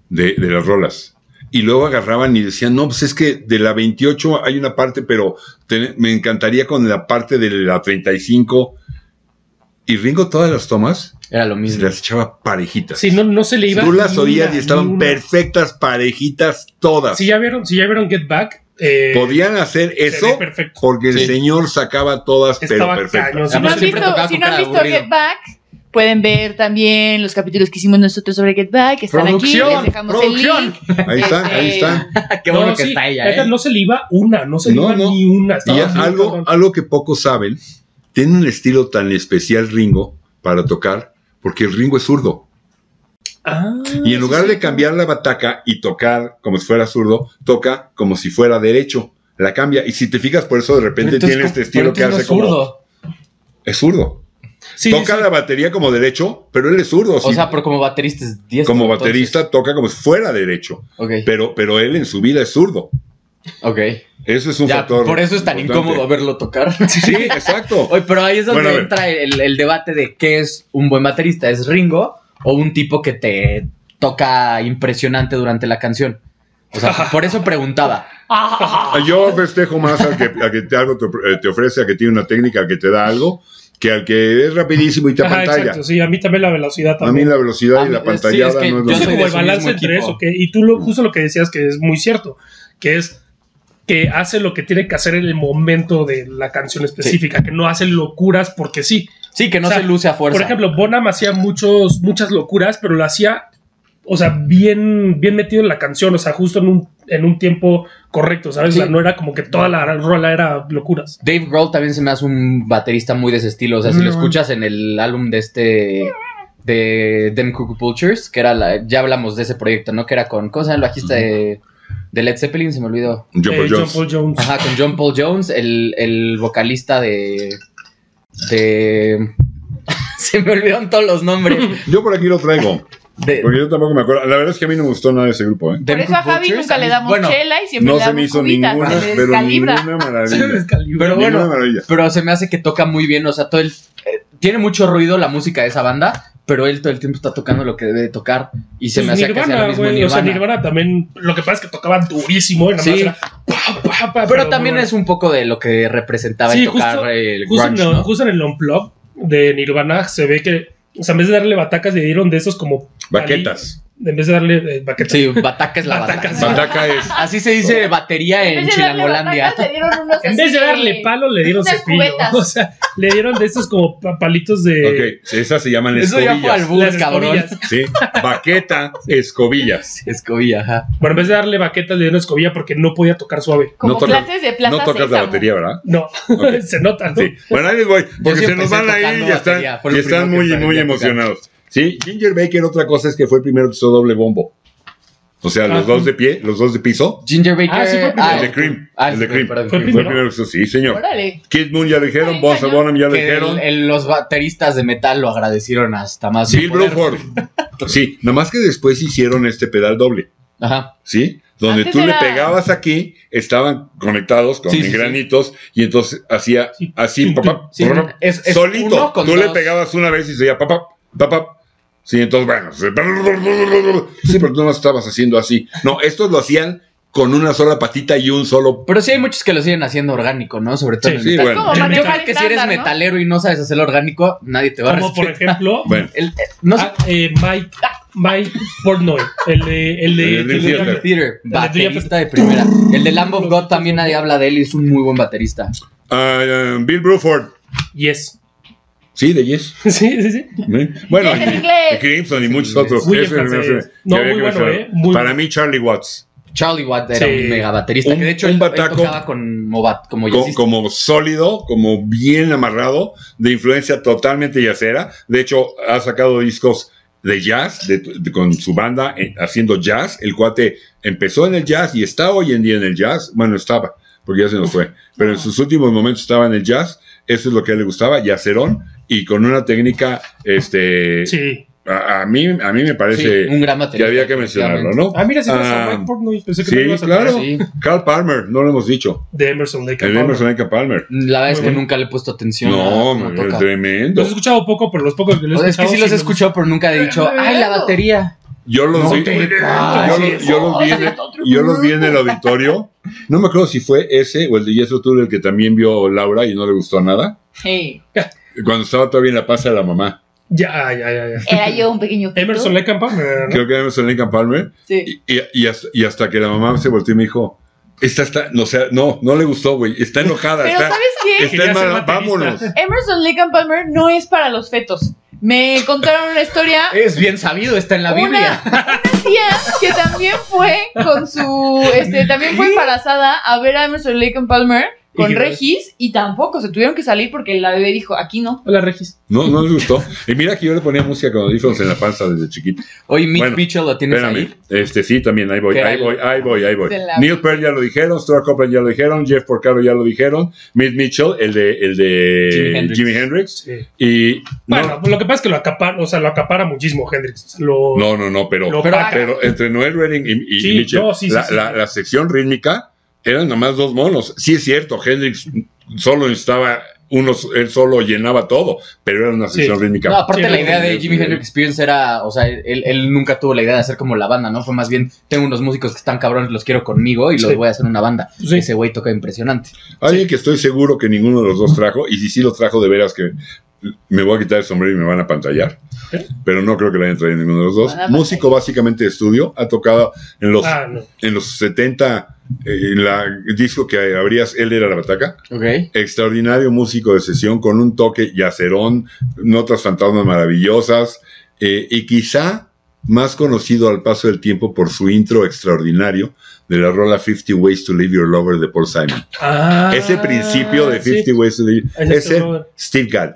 de, de las rolas. Y luego agarraban y decían, no, pues es que de la 28 hay una parte, pero te- me encantaría con la parte de la 35. Y Ringo todas las tomas Era lo se mismo. las echaba parejitas. Sí, no, no se le iba. Tú las ni oías y una, ni estaban una. perfectas, parejitas todas. Si ya vieron, si ya vieron Get Back, eh, Podían hacer se ve eso perfecto. porque el Sí. señor sacaba todas, Estaba pero perfectas. cañón. Si no han Además, siempre tocaba visto, si con no han cara de visto aburrido. Get Back, pueden ver también los capítulos que hicimos nosotros sobre Get Back. que Están aquí, les Producción, dejamos producción. el link. Ahí están, ahí están. Ah, Qué bueno que sí, está ella. neta, ¿eh? No se le iba una, no se le No, iba no. ni una. Y estaba ya muy algo, cabrón. algo que pocos saben, tiene un estilo tan especial Ringo para tocar, porque el Ringo es zurdo. Ah, Mm, Y en lugar sí, de sí. cambiar la bataca y tocar como si fuera zurdo, toca como si fuera derecho. La cambia. Y si te fijas, por eso de repente Entonces, tiene ¿cómo- este pero estilo que entonces no hace es como. zurdo. es zurdo. Sí, toca sí, sí. la batería como derecho, pero él es zurdo. O sí. sea, pero como baterista es 10. como entonces. baterista toca como si fuera derecho, Ok, pero, pero él en su vida es zurdo. ok. Eso es un Ya, factor. por eso es tan importante. incómodo verlo tocar. Sí, exacto. Oye, pero ahí es donde Bueno, a ver. entra el, el debate de qué es un buen baterista. ¿Es Ringo o un tipo que te toca impresionante durante la canción? O sea, por eso preguntaba. Ah, Yo festejo más al que, al que te, algo te, eh, te ofrece, al que tiene una técnica, al que te da algo, que al que es rapidísimo y te Ajá, pantalla. exacto, sí, a mí también la velocidad A mí también. la velocidad A y mí- la Ah, sí, pantallada es que no yo es Entonces, lo mismo. soy como de el su balance mismo entre equipo. eso, que, y tú lo, justo lo que decías que es muy cierto, que es que hace lo que tiene que hacer en el momento de la canción específica, que no hace locuras porque sí. Sí, que no O sea, se luce a fuerza. Por ejemplo, Bonham hacía muchos, muchas locuras, pero lo hacía, o sea, bien, bien metido en la canción, o sea, justo en un, en un tiempo correcto, ¿sabes? Sí. O sea, no era como que toda la rola era locuras. Dave Grohl también se me hace un baterista muy de ese estilo. O sea, si lo Mm. escuchas en el álbum de este. de Them Cuckoo Vultures, que era la. Ya hablamos de ese proyecto, ¿no? Que era con. ¿Cómo se llama el bajista de, de Led Zeppelin? Se me olvidó. John Paul Eh, Jones. John Paul Jones. Ajá, con John Paul Jones, el, el vocalista de. de. se me olvidaron todos los nombres. Yo por aquí lo traigo, De, porque yo tampoco me acuerdo. La verdad es que a mí no me gustó nada de ese grupo, ¿eh? Por Them eso a Cuckoo Javi Vultures, nunca a le mí- damos bueno, chela y siempre No le se damos me hizo cubita, ninguna, se pero descalibra. ninguna Se maravilla. descalibró. Pero Ninguna bueno, maravilla. pero se me hace que toca muy bien, o sea, todo el... eh, tiene mucho ruido la música de esa banda, pero él todo el tiempo está tocando lo que debe de tocar y se Pues me hace que sea lo Nirvana, mismo güey. O sea, Nirvana. Nirvana también. Lo que pasa es que tocaba durísimo. Y nada Sí. más era pa, pa, pa, Pero, también bueno. es un poco de lo que representaba Sí, el tocar justo- el Justo, grunge, en, el- ¿no? justo en el unplug de Nirvana se ve que. O sea, en vez de darle batacas, le dieron de esos como. Baquetas. En vez de darle eh, baquetas. Sí, bataca es la bataca. Batacas. Bataca es. Así se dice batería En en vez de darle Chilangolandia. batacas, le dieron unos En vez de así darle palo, le dieron unas cepillo. cubetas. O sea, le dieron de esos como pa- palitos de. Ok, esas se llaman Eso ya fue al escobillas. bus, Las cabrón. escobillas. Sí, baqueta, escobillas. Escobilla, ajá. Bueno, en vez de darle baquetas, le dieron escobilla porque no podía tocar suave. Como No tocas- clases de plaza No tocas la Sésamo. batería, ¿verdad? No, Ok. se nota, ¿no? Sí. Bueno, ahí les voy, porque sí se nos empecé van a ir tocando y están, batería, fue lo y están primero que muy, aprendí muy a tocar. emocionados. Sí, Ginger Baker, otra cosa es que fue el primero que usó doble bombo. O sea, los Ah, Ajá. dos de pie, los dos de piso. Ginger Baker. Ah, sí fue el primero. el de Cream. ah, el de sí, Cream. perdón, Cream. Fue Fue el primero. primero que usó, sí, señor. Órale. Kid Moon ya lo dijeron, Ay, Bossa cañón. Bonham ya lo Que el- dijeron. el- los bateristas de metal lo agradecieron hasta más. no Bill poder. Bruford. Sí, nada más que después hicieron este pedal doble, Ajá. ¿sí? Donde Antes tú era- le pegabas aquí, estaban conectados con Sí, sí, sí. granitos y entonces hacía Sí. así, Sí, papá, sí, papá, es- es solito. uno con Tú le dos. pegabas una vez y se oía papá, papá. Sí, entonces bueno, se- sí, pero tú no estabas haciendo así. No, estos lo hacían con una sola patita y un solo. Pero sí hay muchos que lo siguen haciendo orgánico, ¿no? Sobre todo Sí, en el sí, metal. bueno. Como Yo manejar creo que si eres estándar, ¿no? metalero y no sabes hacerlo orgánico, nadie te va a Como por respetar. ejemplo, Bueno, El- eh, no sé. Ah, eh, Mike, Mike Portnoy, el de, el de, El de el de- Dream Theater. Theater, de Dream baterista de primera. El de Lamb of God también nadie habla de él y es un muy buen baterista. ah, ah, Bill Bruford. Yes. Sí, de Yes. Sí, sí, sí. ¿Eh? Bueno, Yes, en y- inglés. y Crimson y muchos inglés. otros. Muy en Eso es- francés. que No, había muy que bueno, mencionar. ¿eh? Muy Para bueno. mí, Charlie Watts, Charlie Watt era Sí. un mega baterista, Un- que de hecho un él, él bataco. tocaba con Movat, como co- jazzista. como sólido, como bien amarrado, de influencia totalmente yacera. De hecho, ha sacado discos de jazz de- de- con su banda eh, haciendo jazz. El cuate empezó en el jazz y está hoy en día en el jazz. Bueno, estaba, porque ya se nos fue. Pero Ah. en sus últimos momentos estaba en el jazz. Eso es lo que a él le gustaba, yacerón, y con una técnica, este, Sí. a, a mí, a mí me parece Sí, un gran baterista. que había que mencionarlo, ¿no? Ah, mira, si no es Ah, Mike Portnoy. Pensé que sí, no ibas a claro. hablar Sí. Carl Palmer, no lo hemos dicho. De Emerson Lake. and El Palmer. Emerson Lake Palmer. La verdad es Muy que bueno. nunca le he puesto atención. No, a cómo man, toca. es tremendo. Los he escuchado poco, pero los pocos que O los sea, he es que escuchado. sí los he me- escuchado, pero nunca he dicho, ¡ay, la batería! Yo los No vi. te yo los- pases. yo los vi en el- yo los vi en el auditorio. No me acuerdo si fue ese o el de Yeso Tour, el que también vio Laura y no le gustó nada. Hey, Cuando estaba todavía en la pasa de la mamá. Ya, ya, ya. ya. Era yo un pequeño. Emerson Lake and Palmer, ¿no? Creo que era Emerson Lincoln Palmer. Sí. Y, y- y hasta, y hasta que la mamá se volteó y me dijo: Esta está. No, o sea, no, no le gustó, güey. Está enojada. Pero está ¿sabes qué? está Quería ser enojada. baterista. Vámonos. Emerson Lake and Palmer no es para los fetos. Me contaron una historia. Es bien sabido, está en la una, Biblia. una tía que también fue con su este también fue embarazada a ver a Emerson Lake and Palmer con Y- Regis y tampoco se tuvieron que salir porque la bebé dijo, aquí no. Hola, Regis. No, no les gustó. Y mira que yo le ponía música con audífonos en la panza desde chiquito. Oye, Mitch Bueno, Mitchell lo tienes Espérame. ahí. Este sí, también ahí voy, Que ahí al- voy, ahí voy, ahí voy. Se la- Neil Peart ya lo dijeron, Stuart Copeland ya lo dijeron, Jeff Porcaro ya lo dijeron, Mitch Mitchell, el de, el de Jimi Jimi Hendrix. Hendrix. Y Bueno, lo que pasa es que lo acapara, o sea, lo acapara muchísimo Hendrix. O sea, lo- no, no, no, no, pero, Lo pero, paga. pero entre Noel Redding y, y Sí, Mitchell, no, sí, sí, la, sí. la- la sección rítmica eran nomás dos monos. Sí es cierto, Hendrix solo estaba, uno, él solo llenaba todo, pero era una Sí. sección rítmica. No, aparte Sí, la no, idea de no, Jimi no. Hendrix Experience era, o sea, él, él nunca tuvo la idea de hacer como la banda, ¿no? Fue más bien, tengo unos músicos que están cabrones, los quiero conmigo y los Sí. voy a hacer una banda. Sí. Ese güey toca impresionante. Alguien que estoy seguro que ninguno de los dos trajo, y si sí lo trajo de veras que me voy a quitar el sombrero y me van a pantallar. ¿Eh? Pero no creo que lo hayan traído ninguno de los dos. Van a pantallar. Músico básicamente de estudio, ha tocado en los, Ah, no. en los 70, eh, la el disco que abrías, él era la bataca. Ok. Extraordinario músico de sesión con un toque yacerón, notas fantasmas maravillosas, eh, y quizá más conocido al paso del tiempo por su intro extraordinario de la rola 50 Ways to Leave Your Lover de Paul Simon. Ah, Ese principio de sí. 50 Ways to Leave Ese es ese el brother. Steve Gadd.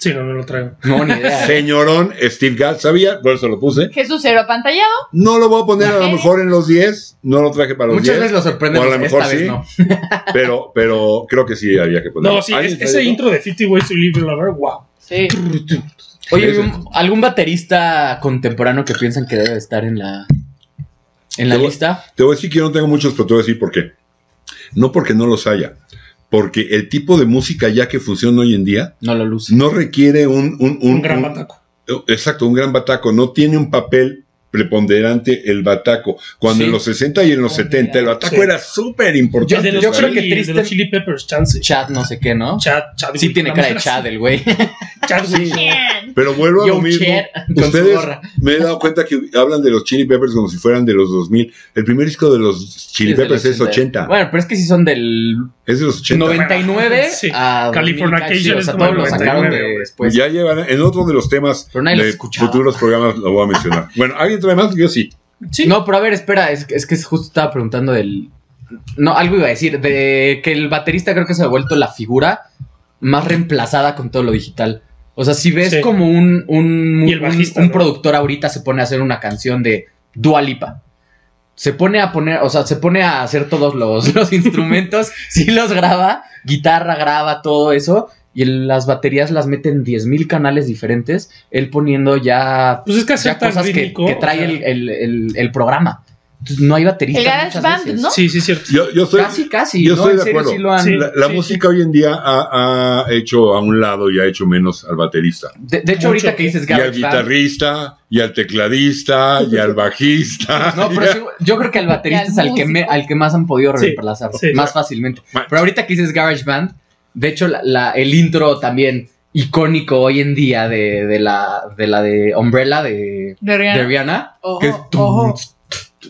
Sí, no, no lo traigo. No, ni Ah. idea. ¿eh? Señorón Steve Gadd, sabía, por eso lo puse. Jesús cero apantallado. No lo voy a poner a lo mejor en los 10, no lo traje para los Muchas 10, veces lo sorprende, o a lo mejor esta vez sí. no. pero, pero creo que sí había que ponerlo. No, sí, ¿Alguien es- sabe ese eso? intro de 50 Ways to Leave Your Lover, wow. Sí. Oye, Ese. ¿un- ¿algún baterista contemporáneo que piensan que debe estar en la, en la Yo- lista? Te voy a decir que yo no tengo muchos, pero te voy a decir por qué. No porque no los haya, porque el tipo de música ya que funciona hoy en día No lo luce. no requiere un, un, Un, un- gran un- bataco. Exacto, un gran bataco. No tiene un papel preponderante el bataco. Cuando Sí. en los 60 y en los Oh, 70 el mira. bataco Sí. era súper Yo- importante. de los yo creo Chili- que de los Tristan- Chili Peppers, chance. Chad, no sé qué, ¿no? Chad, Chad. Sí güey, tiene la cara de madre, Chad, el güey. Chad, güey. Pero vuelvo a Yo, lo mismo. Cher, con su Ustedes gorra. me he dado cuenta que hablan de los Chili Peppers como si fueran de los 2000. El primer disco de los Chili Desde el Peppers es 80. Bueno, pero es que si son del Es de los 80. 99 Sí. a Californication 2000, es o sea, como lo sacaron 99, de güey. después. ya llevan en otro de los temas Pero pues. nadie los de escuchaba. futuros programas lo voy a mencionar. bueno, ¿alguien trae más? Yo sí. Sí. No, pero a ver, espera, es, que- es que justo estaba preguntando del... No, algo iba a decir, de que el baterista creo que se ha vuelto la figura más reemplazada con todo lo digital. O sea, si ves Sí. como un, un, Y el un- bajista, un ¿no? productor ahorita se pone a hacer una canción de Dua Lipa. Se pone a poner, o sea, se pone a hacer todos los, los instrumentos, sí los graba, guitarra graba, todo eso, y el- las baterías las mete en 10.000 canales diferentes, él poniendo ya Pues es que hacer ya tan cosas que, rítmico, que o trae sea, el, el- el- el programa. Entonces, no hay baterista. El muchas GarageBand, veces. ¿no? Sí, sí, cierto. Yo, yo soy, Casi, casi. yo ¿no? estoy En de serio, acuerdo. sí lo han- Sí. la, la sí. música hoy en día ha, ha hecho a un lado y ha hecho menos al baterista. De, de hecho, Mucho. ahorita que dices Y al GarageBand. guitarrista, y al tecladista, y al bajista. No, pero sí, yo creo que al baterista Y al es al que, me- músico. al que más han podido Sí, reemplazar sí. más fácilmente. Ma- Pero ahorita que dices GarageBand, de hecho, la- la- el intro también icónico hoy en día de, de la, de la de Umbrella de, De de Rihanna. Rihanna, Ojo, que es, ojo.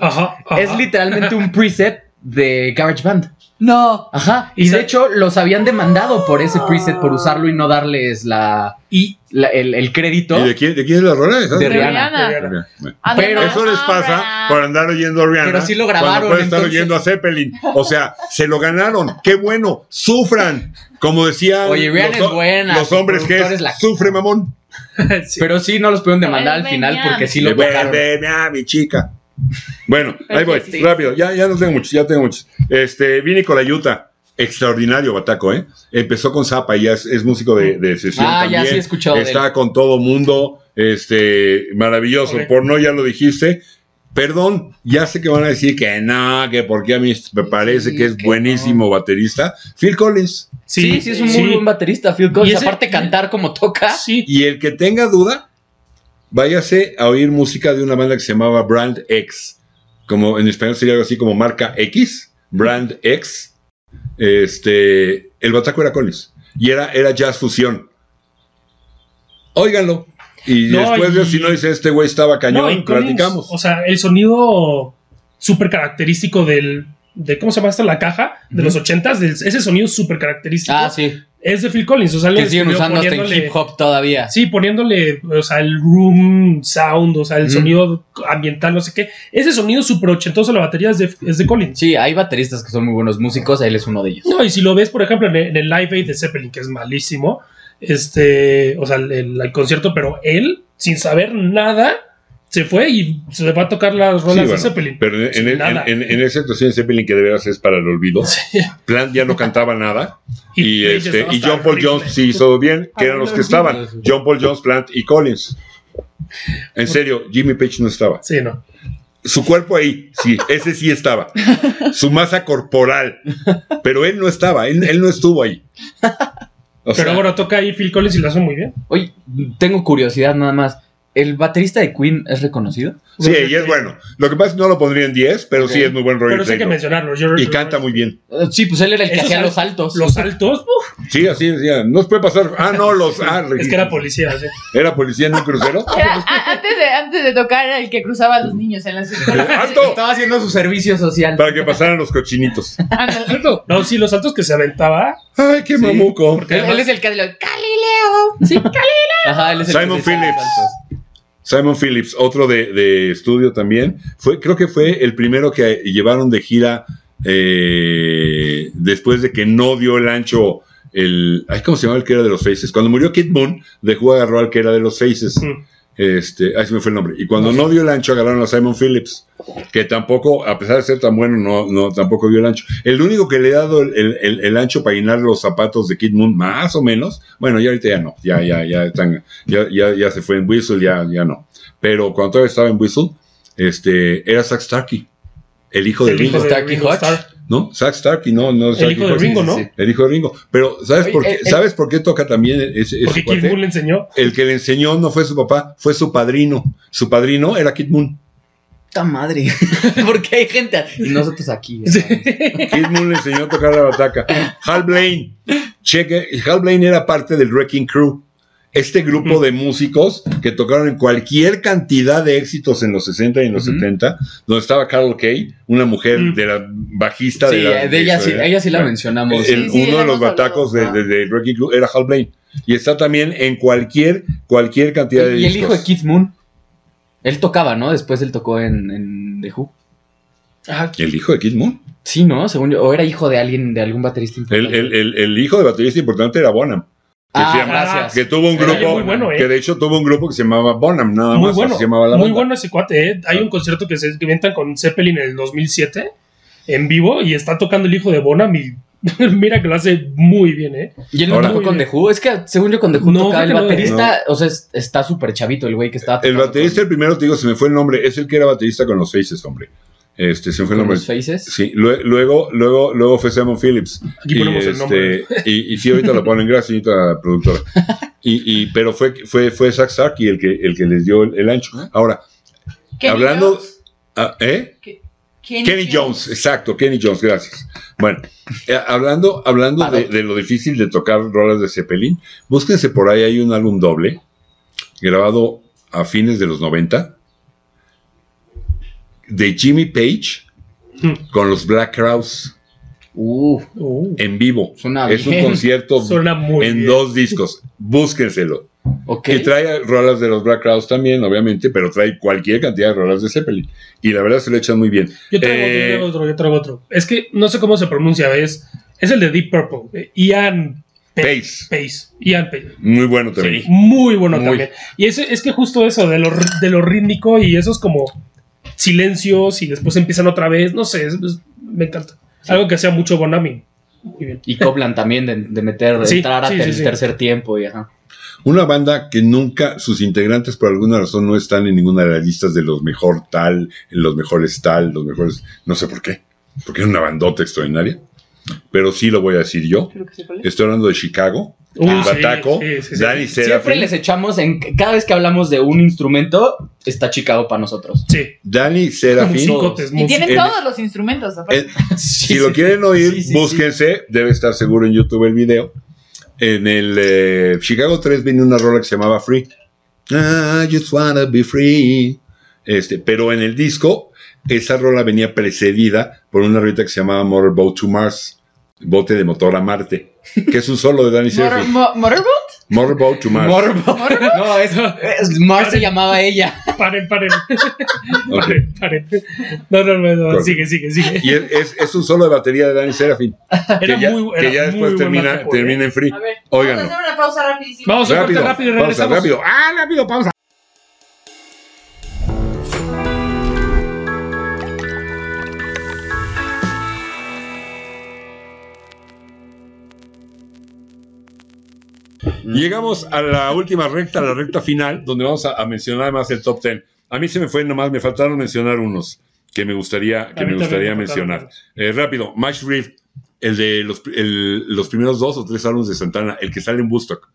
Ajá, ajá. es literalmente un preset de GarageBand. No. Ajá, y de hecho los habían demandado por ese preset, por usarlo y no darles la, y la- el, el crédito. ¿Y de quién, de quién es la rola? ¿Esa? De De Rihanna. Rihanna. Pero- Eso les pasa por andar oyendo a Rihanna. Pero sí lo cuando grabaron, pueden estar entonces. oyendo a Zeppelin. O sea, se lo ganaron. Qué bueno. Sufran. Como decían Oye, Rihanna los, es buena, los su hombres que productor es, es la- sufre mamón. Sí. Pero sí, no los pudieron demandar al Pero final venían. porque sí lo tocaron. Devuélveme a ah, mi chica. Bueno, ahí voy, Sí. rápido, ya, ya no tengo muchos, ya tengo muchos. Este, Vini Colayuta, extraordinario bataco, ¿eh? Empezó con Zapa y ya es, es músico de, de sesión Ah, ya también. sí he escuchado de Está con todo mundo, este, maravilloso. Ok. Porno ya lo dijiste. Perdón, ya sé que van a decir que no, que porque a mí me parece Sí, que es que buenísimo baterista. Phil Collins. Sí, sí, es un muy buen baterista, Phil Y Collins. ese- Aparte cantar como toca. Sí, Y el que tenga duda, váyase a oír música de una banda que se llamaba Brand X. Como en español sería algo así como marca X, Brand X. Este, el bataco era Collins. Y era, era jazz fusión. Óiganlo. Y No, después y- de si no dice este güey estaba No, cañón, y Collins, platicamos. O sea, el sonido súper característico del, de ¿cómo se llama esta? La caja de Ujú. los ochentas, de ese sonido súper característico. Ah, sí. Es de Phil Collins, o sea, lo Que siguen descubrió usando hasta en poniéndole- hip hop todavía. Sí, poniéndole, o sea, el room sound, o sea, el Ujú. sonido ambiental, no sé qué. Ese sonido súper ochentoso de la batería es de, es de Collins. Sí, hay bateristas que son muy buenos músicos, él es uno de ellos. No, y si lo ves, por ejemplo, en el, en el Live Aid de Zeppelin, que es malísimo, este, o sea, el, el- el concierto, pero él, sin saber nada, se fue y se le va a tocar las Sí, rolas de bueno, Zeppelin. pero en, en- Nada. en- en- en esa actuación de Zeppelin que de veras es para el olvido, Plant ya no cantaba nada y, Prince este, estaba y hasta John Paul horrible. Jones sí hizo bien, que eran los que estaban, John Paul Jones, Plant y Collins. En serio, Jimmy Page no estaba. Sí, no. Su cuerpo ahí, sí, ese sí estaba. Su masa corporal, pero él no estaba, él, él no estuvo ahí. O pero sea, bueno, toca ahí Phil Collins y lo hace muy bien. Oye, tengo curiosidad nada más. ¿El baterista de Queen es reconocido? sí, y es bueno. Lo que pasa es que no lo pondría en 10, pero sí Ok. es muy buen Roger Pero sí hay que Taylor. mencionarlo. yo- Y canta muy bien. Eh, Sí, pues él era el que Esos hacía al- los saltos. Los altos, uf, Sí, así decía. Nos puede pasar. Ah, no, los. ah, es que era policía. sí. Era policía en un crucero. Era- a- antes, de, antes de tocar era el que cruzaba a los niños en las escuelas. Eh, ¡Alto! Estaba haciendo su servicio social. Para que pasaran los cochinitos. Ándale. No, sí, los altos que se aventaba. Ay, qué Sí. mamuco. Porque Él además- es el que lo Galileo. Sí, Ajá, él es el que Simon hace los Phillips. saltos. Simon Phillips, otro de, de estudio también. Fue, creo que fue el primero que llevaron de gira eh, después de que no dio el ancho. El, ay, ¿Cómo se llamaba el que era de los Faces? Cuando murió Kid Moon, dejó agarró al que era de los Faces. Mm. Este, ay, se me fue el nombre. Y cuando no dio el ancho, agarraron a Simon Phillips, que tampoco, a pesar de ser tan bueno, no, no tampoco dio el ancho. El único que le ha dado el, el- el- el ancho para llenar los zapatos de Kid Moon, más o menos, bueno, ya ahorita ya no, ya, ya, ya están, ya, ya, ya se fue en Whistle, ya, ya no. Pero cuando todavía estaba en Whistle, este, era Zach Starkey, el hijo de El hijo Ringo, de Starkey Ringo Hodge. Starr. ¿no? Zach Starkey, no, no, El Starkey hijo de Hodge. Ringo, ¿no? sí, eh, sí. El hijo de Ringo. Pero, ¿sabes, Oye, por, qué, el- el- ¿sabes por qué toca también ese, ese Porque Kid cuate? Moon le enseñó. El que le enseñó no fue su papá, fue su padrino. Su padrino era Kid Moon. ¡Puta madre! Porque hay gente. Y nosotros aquí. Sí. Kid Moon le enseñó a tocar la bataca. Hal Blaine. Cheque, Hal Blaine era parte del Wrecking Crew. Este grupo de músicos que tocaron en cualquier cantidad de éxitos en los 60 y en los Ujú. Mm. 70, donde estaba Carol Kay, una mujer Ujú. de la bajista Sí, de la. de ella sí, de- ella sí la mencionamos. eh. El- Sí, sí, uno la de los hemos hablado. batacos de, Ah. de- del Wrecking Crew era Hal Blaine. Y está también en cualquier, cualquier cantidad de Y el hijo discos. de Keith Moon. Él tocaba, ¿no? Después él tocó en, en The Who. ¿El hijo de Kid Moon? Sí, ¿no? Según yo. O era hijo de alguien, de algún baterista. El, importante. el- el- el hijo de baterista importante era Bonham, ah, llama- gracias. que tuvo un Era grupo, muy bueno, ¿eh? que de hecho tuvo un grupo que se llamaba Bonham, nada Muy más bueno. así se llamaba la Muy banda. Ah. bueno ese cuate. ¿eh? Hay un concierto que se inventan con Zeppelin en el 2007 en vivo y está tocando el hijo de Bonham y mira que lo hace muy bien, ¿eh? Y él no Ahora- tocó con The Who. Es que según yo con The Who No, tocaba el creo que no. baterista. O sea, es- está súper chavito el güey que estaba El tocando baterista, con- el primero, te digo, se me fue el nombre, es el que era baterista con los Faces, hombre. Este, se me fue el con nombre. los faces. Sí, lue- luego, luego, luego fue Simon Phillips. Aquí ponemos el este, nombre. y, y sí, ahorita lo ponen, gracias, señorita productora. Y, y- pero fue, fue, fue Zack Starkey el que, el que les dio el, el ancho. Ahora, hablando. ah, ¿Eh? Kenny Jones, exacto, Kenny Jones, gracias. Bueno, eh, hablando, hablando de, de lo difícil de tocar rolas de Zeppelin, búsquense por ahí, hay un álbum doble, grabado a fines de los 90, de Jimmy Page Mm. con los Black Crowes Uh, Uh, en vivo. Suena es bien. un concierto suena muy en bien. dos discos, búsquenselo. ok. Que trae rolas de los Black Crowes también, obviamente, pero trae cualquier cantidad de rolas de Zeppelin. Y la verdad se lo echan muy bien. Yo traigo Eh, otro, yo traigo otro, yo traigo otro. Es que no sé cómo se pronuncia, es, es el de Deep Purple. eh, Ian Page, Pace. Ian Pace. muy bueno también. Muy bueno Muy. también. Y ese, es que justo eso, de lo, r- de lo rítmico y esos como silencios y después empiezan otra vez, no sé, es- es- me encanta. Algo que hacía mucho Bonami. Muy bien. Y Copland también de, de meter, de Sí, entrar a sí, ter- sí, sí. tercer tiempo y ajá. Una banda que nunca, sus integrantes por alguna razón no están en ninguna de las listas de los mejor tal, los mejores tal, los mejores, no sé por qué, porque es una bandota extraordinaria, pero sí lo voy a decir yo. Estoy hablando de Chicago, Uh, el sí, Bataco, sí, sí, sí. Danny Siempre Serafin. les echamos en cada vez que hablamos de un instrumento, está Chicago para nosotros. Sí. Danny Muy Serafin. psicotes, muy Y tienen El- todos los instrumentos, aparte. el- Si lo quieren oír, Sí, sí, sí. búsquense, debe estar seguro en YouTube el video. En el eh, Chicago 3 viene una rola que se llamaba Free. I just wanna be free. Este, pero en el disco esa rola venía precedida por una rolita que se llamaba Motorboat to Mars, bote de motor a Marte, que es un solo de Danny Mor- Sheffield. mo- ¿Motorboat? Motorboat to Mars. Morbo. No, es, es- Mar se llamaba ella. Paren, paren, Ok. paren, paren. No, no, no, no, Corre. sigue, sigue, sigue. Y es, es- es un solo de batería de Danny Serafin, Era que ya, muy, que era ya muy después buen termina, bataco, ¿eh? termina en free. A ver, Óiganlo. vamos a hacer una pausa rapidísima. Vamos. corte Rápido, rápido y pausa, regresamos. rápido. Ah, rápido, pausa. Llegamos a la última recta, la recta final, donde vamos a, a mencionar más el top 10. A mí se me fue nomás, me faltaron mencionar unos que me gustaría, que A mí me también gustaría me faltaron mencionar. Eh, rápido, Max Rift, el de los, el- los primeros dos o tres álbumes de Santana, el que sale en Woodstock,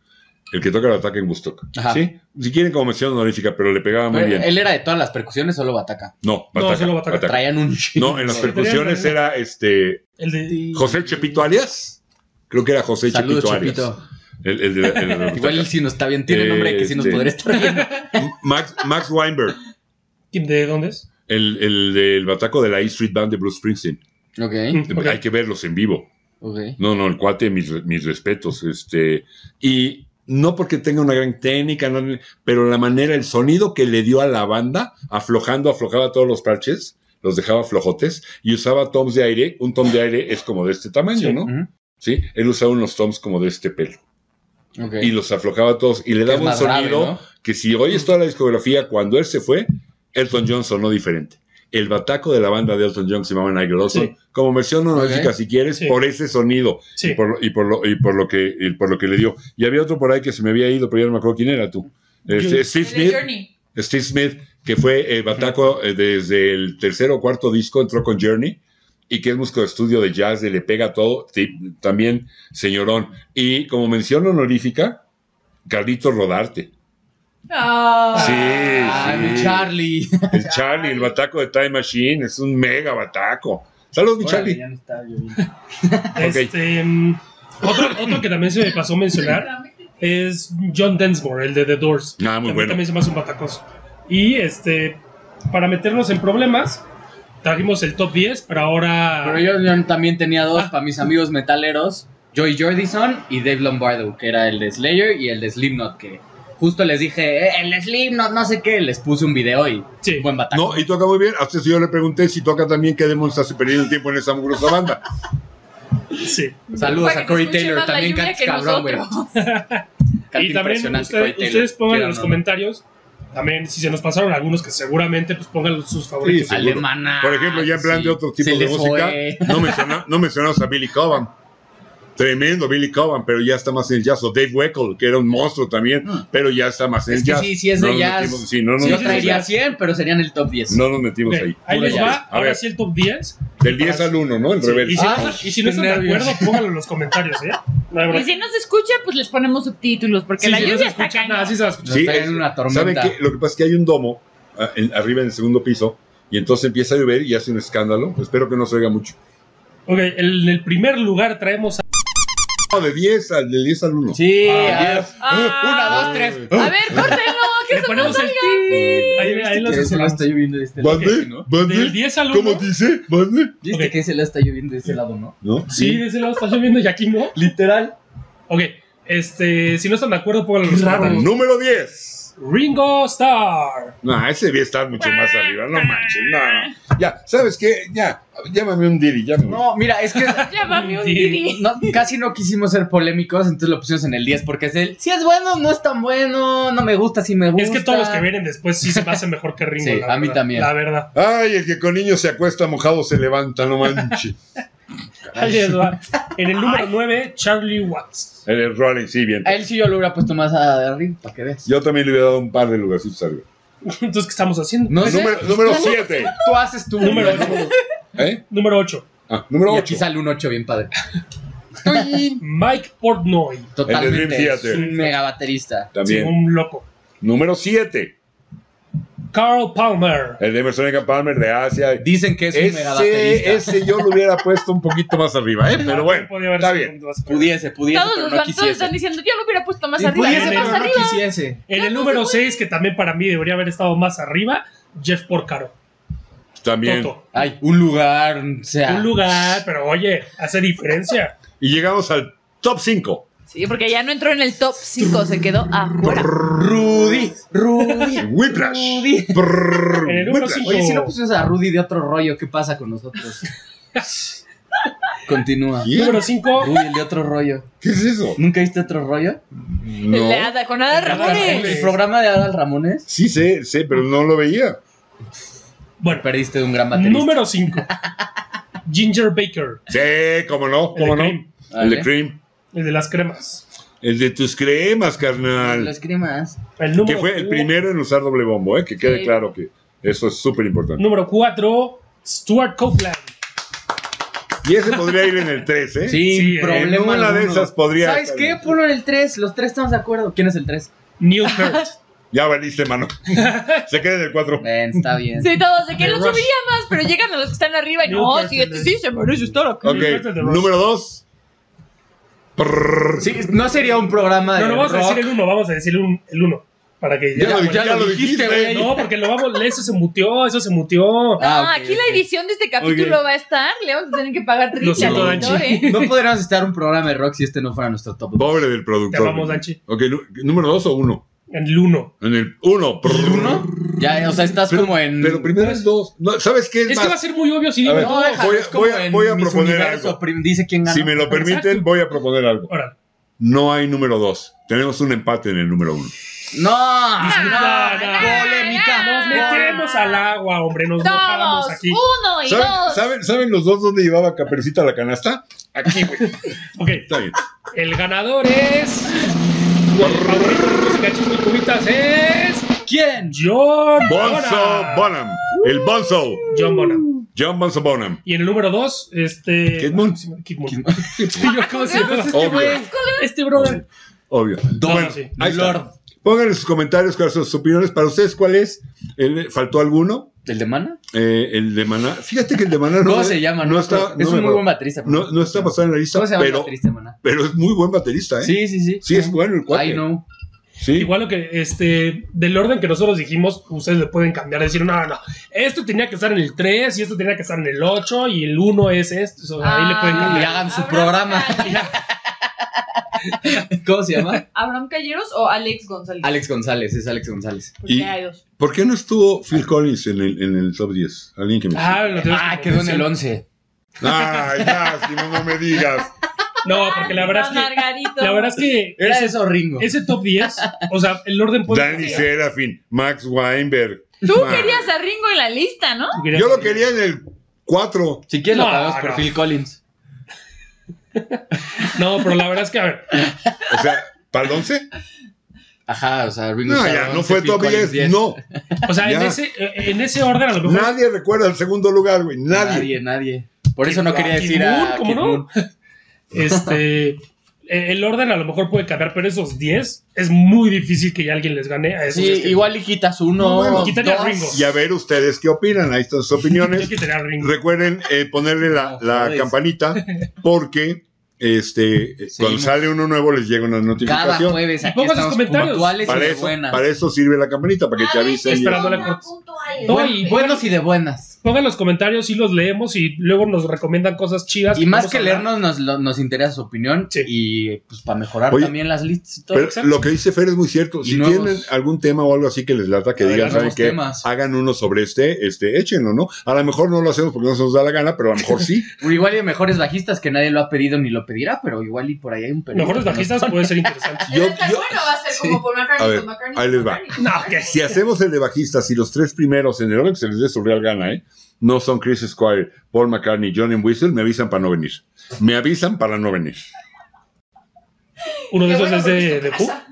el que toca el ataque en Woodstock. Ajá. Eh, ¿Sí? Si quieren como mención honorífica, pero le pegaba muy bien. Él era de todas las percusiones, solo bataca. No, No, Bataca, solo Bataca. Bataca. Traían un No, en las percusiones era este El de, José Chepito Arias. Creo que era José Saludos, Chepito Arias. Chepito. El, el de la- el de la Igual él bataca. sí nos está bien. Tiene nombre de que sí nos Este- podría estar viendo. Max, Max Weinberg, ¿De dónde es? el, el del bataco de la E Street Band de Bruce Springsteen. Ok, Mm, Ok. Hay que verlos en vivo. ok. No, no, el cuate, mis, re- mis respetos. Este, y no porque tenga una gran técnica, no, pero la manera, el sonido que le dio a la banda, aflojando, aflojaba todos los parches, los dejaba flojotes y usaba toms de aire. Un tom de aire es como de este tamaño, Sí. ¿no? Ujú, Sí, él usaba unos toms como de este pelo ok. y los aflojaba todos y le Que es daba un más sonido grave, ¿no? que si oyes toda la discografía, cuando él se fue, Elton John sonó diferente. El bataco de la banda de Elton John que se llamaba Nigel Lawson, Sí. como versión honorífica si quieres, Sí. por ese sonido y Sí. por, lo- y por lo, y por lo que y por lo que le dio. Y había otro por ahí que se me había ido, pero ya no me acuerdo quién era tú. Este, Yo- Steve El de Smith, Journey. Steve Smith, que fue eh, Bataco eh, desde el tercer o cuarto disco, entró con Journey, y que es músico de estudio de jazz, de le pega todo, ti- también señorón. Y como mención honorífica, Carlitos Rodarte, Ah. Sí. Ay, mi Charlie. el Charlie, el Bataco de Time Machine, es un mega Bataco. Saludos, mi Órale, Charlie. ya no está lloviendo. Este, mm, otro, otro que también se me pasó mencionar es John Densmore, el de The Ah, Doors. muy También- bueno. También se me hace un batacoso. Y este, para meternos en problemas, trajimos el top 10, pero ahora. Pero yo, yo también tenía dos para mis amigos metaleros, Joey Jordison y Dave Lombardo, que era el de Slayer y el de Slipknot, que justo les dije, "Eh, el Slipknot, no sé qué, les puse un video y Sí. buen batalla. No, y toca muy bien. Hasta si yo le pregunté si toca también, que demonios hace perdiendo el tiempo en esa amorosa banda. sí. Saludos Para a que te Corey escuche Taylor, más la también lluvia cantas que cabrón, güey. nosotros. Canta Y también impresionante, usted- Corey Taylor, ustedes pongan en quieran los o no. comentarios. También, si se nos pasaron algunos que seguramente, pues pongan sus Sí, favoritos. sí. Alemana. Por ejemplo, ya en plan sí, de otros se tipos de les música, fue. no, menciona- no mencionamos a Billy Coban. Tremendo Billy Coban, pero ya está más en el jazz. O Dave Weckl, que era un monstruo también, pero ya está más en el Es que jazz. sí, sí es de No nos jazz. metimos- sí, no nos Sí, yo metimos traería ahí. 100, pero serían el top 10. No nos metimos Ok, ahí. Ahí les Puros va, jazz. A ahora ver, sí el top 10. del 10 al 1, ¿no? El Sí, revés. Y si, Ah, no- y si no están de nervios. acuerdo, pónganlo en los comentarios, ¿eh? La verdad. Y si nos escucha, pues les ponemos subtítulos, porque Sí, la si no se lluvia está escucha cañón. nada, sí se va a escuchar. Nos traen una ¿Saben tormenta. qué? Lo que pasa es que hay un domo ah, en- arriba en el segundo piso y entonces empieza a llover y hace un escándalo. Espero que no se oiga mucho. Ok, el- en el primer lugar traemos a. No, de 10 al, del 10 al 1. Sí, Ah, ah, una, dos, tres. A ver, córtenlo, que Le eso ponemos no el. salga. Ahí, ahí los se la esperamos. está lloviendo de este lado. ¿Bande? ¿no? Del ¿Bande? 10 al 1. ¿Cómo dice? ¿Bande? ¿Viste Ok. que se la está lloviendo de este lado, no? ¿No? Sí, de ese lado está lloviendo y aquí no. Literal. Ok, este, si no están de acuerdo, pónganlo en los comentarios. Número 10. Ringo Starr. No, ese debía estar mucho más arriba, no manches, no. Ya, ¿sabes qué? Ya, llámame un Diri, llámame. No, mira, es que Ya va mi un Sí. Didi. no, casi no quisimos ser polémicos, entonces lo pusimos en el 10 porque es el si es bueno, no es tan bueno, no me gusta, si me gusta. Es que todos los que vienen después sí se me hacen mejor que Ringo. Sí, la a mí verdad, también. La verdad. Ay, el que con niños se acuesta mojado se levanta, no manches. Ahí les va. En el número 9, Charlie Watts. el, el Rolling, sí, bien. A él sí yo lo hubiera puesto más arriba, para que veas. Yo también le hubiera dado un par de lugarcitos arriba. Entonces, ¿qué estamos haciendo? No sé, Número- Número 7. tú haces tu Número uno, ¿no? ¿Eh? Número 8, Ah, número Y 8. aquí sale un 8 bien padre. Mike Portnoy. El de Totalmente. Dream Es Theater. un mega baterista. Sí, También. un loco. Número 7. Carl Palmer. El de Emerson Egan Palmer de Asia. Dicen que es un mega baterista. Ese, ese yo lo hubiera puesto un poquito más arriba, ¿eh? Pero bueno, Podía haber está sido bien. un más- Pudiese, pudiese, Todos pero los no bandos quisiese. están diciendo, yo lo hubiera puesto más Sí, arriba, pudiese, yo pero más no arriba. quisiese. En el número 6, que también para mí debería haber estado más arriba, Jeff Porcaro. También. Toto. Ay, un lugar, o sea. Un lugar, pero oye, hace diferencia. Y llegamos al top 5. Sí, porque ya no entró en el top 5, se quedó afuera. Rudy, Rudy. Whiplash. Rudy. Brrr, En el número Whiplash. cinco. Oye, si no pusimos a Rudy de otro rollo, ¿qué pasa con nosotros? Continúa. ¿Qué? Número 5. Rudy, el de otro rollo. ¿Qué es eso? ¿Nunca viste otro rollo? No. De Ada- con Ada Ada Ramones. El programa de Adal Ramones. Sí, sé, sé, pero no lo veía. Bueno, Perdiste de un gran baterista. número 5. Ginger Baker. Sí, cómo no, El de cómo no. Cream, El de Vale. Cream. el de las cremas. El de tus cremas, carnal. Las cremas. El número Que fue el cu- primero en usar doble bombo, ¿eh? Que quede Sí. claro que eso es súper importante. Número 4. Stuart Copeland. Y ese podría ir en el 3, ¿eh? Sin Sí, En problema. una de alguno. esas podría. ¿Sabes estar qué? en- Ponlo en el 3. Los tres estamos de acuerdo. ¿Quién es el 3? Neil Peart. Ya valiste, mano. Se queda en el 4. Ven, está bien. Sí, todos, de que The lo Rush. subiría más, pero llegan a los que están arriba y Neil no, Peart, sí, el este de- sí se merece estar acá. Ok, Neil Peart, The Rush. número 2. Sí, no sería un programa de No, no vamos a rock. decir el 1, vamos a decir un- el 1. Para que Ya, ya. lo, ya lo dijiste, güey. No, porque lo vamos. Eso se muteó, eso se muteó. No, Ah, ok, aquí la ok. edición de este capítulo va a estar. Le vamos a tener que pagar Lo 30 siento, al Danchi. editor, ¿eh? No podríamos estar un programa de rock si este no fuera nuestro top. Pobre del productor. Te vamos, Danchi. Ok, nu- número 2 o 1. En el 1. En el 1. ¿Uno? Ya, o sea, estás Pero- como en. Pero primero es 2. ¿Sabes qué es, Es que va a más? ser muy obvio si A digo. ver, No, no, déjalo, Pues voy a- es como voy a- en voy a Miss proponer Universo, algo. prim- Dice quién ganó. Si me lo permiten, Exacto. voy a proponer algo. Ahora, No hay número 2. Tenemos un empate en el número 1. No, Disputa, no, no. polémica. nos metemos al agua, hombre. Nos mojamos Todos, aquí. uno y ¿Saben, dos. saben, saben los dos dónde llevaba Caperucita la canasta? Aquí, güey. Ok, Está bien. el ganador es. El favorito de los cachis y cubitas es. ¿Quién? John Bonzo Bonham. Bonham. El Bonzo. John Bonham. John Bonzo Bonham. Y en el número 2, este. Kid Moon. Ah, sí, Kid Moon. ¿Quién? Sí, yo, ¿cómo se llama? Obvio. Este brother. Obvio. Don Bueno, sí. ahí está. Lord. Pongan en sus comentarios cuáles son sus opiniones. Para ustedes, ¿cuál es? ¿El- ¿Faltó alguno? ¿El de Mana? Eh, el de Maná. Fíjate que el de Maná no. ¿Cómo se llama? No, No, está. creo- no es me un muy acuerdo. buen baterista. No, no está pasado en la lista, ¿Cómo se llama el pero, baterista de Maná? pero es muy buen baterista, ¿eh? Sí, sí, sí. Sí, es bueno el cuate. I know. Sí. Igual lo que, este, del orden que nosotros dijimos, ustedes le pueden cambiar, decir, no, no, no, esto tenía que estar en el 3 y esto tenía que estar en el 8 y el 1 es esto, o sea, ahí le pueden Ah, Y cambiar. hagan su Abraham programa. Calle- ¿Cómo se llama? ¿Abraham Calleros o Alex González? Alex González, es Alex González. Porque Y- hay dos. ¿Por qué no estuvo Phil Collins en el, en el top 10? Alguien que me. Ah, lo tenemos Ah, como quedó en opción. el 11. Ay, lástima, no me digas. No, porque la verdad es que, Don Margarito. la verdad es que Era ese, eso, Ringo. ese top 10, o sea, el orden puede Danny cambiar. Serafin, Max Weinberg. Tú Ah. querías a Ringo en la lista, ¿no? Yo lo quería en el 4. Si quieres No, lo pagamos por no. Phil Collins. No, pero la verdad es que, a ver, O sea, ¿para el 11? Ajá, o sea, Ringo No, Starr, ya, no 11, fue Phil top Collins, 10. No, o sea, en Ya. ese, eh, en ese orden a lo mejor... nadie recuerda el segundo lugar, güey. Nadie. Nadie, nadie. Por eso no Kid- quería Kid decir Moon, a ¿cómo Kid no? Moon. Este. eh, El orden a lo mejor puede cambiar, pero esos 10 es muy difícil que ya alguien les gane a esos Sí, 10 que- igual y quitas uno. No, bueno, quítale a dos. Ringo. Y a ver ustedes qué opinan. Ahí están sus Yo opiniones. quitaría a Ringo. Recuerden eh, ponerle la, No, la joder. campanita porque este, eh, cuando Seguimos. sale uno nuevo les llega una Cada notificación. jueves aquí pongan sus estamos comentarios. puntuales y Para de eso, buenas. para eso sirve la campanita, para que te avisen. sí, esperando y- la corte. Buen- No, y- buenos y de buenas. Pongan los comentarios y los leemos y luego nos recomiendan cosas chidas. Y más vamos que a hablar. leernos, nos, lo- nos interesa su opinión Sí. y pues para mejorar Oye, también las listas y todo. Pero exacto. lo que dice Fer es muy cierto. Y Si nuevos- tienen algún tema o algo así que les lata, que A ver, digan, ¿saben nuevos qué? temas. Hagan uno sobre este, este, échenlo, ¿no? A lo mejor no lo hacemos porque no se nos da la gana, pero a lo mejor sí. Igual y de mejores bajistas que nadie lo ha pedido ni lo pedirá, pero igual y por ahí hay un pedido. Mejores que nos bajistas puede ser interesante. Yo- Pero tan yo- bueno va a ser sí. como por McCartney A ver, con McCartney. ahí con les va. McCartney. No, que Si hacemos el de bajistas y los tres primeros en el orden que se les dé su real gana, ¿eh? No son Chris Squire, Paul McCartney, Johnny Whistle, me avisan para no venir. Me avisan para no venir. Uno de Qué esos bueno, es porque de, esto de Who. pasa.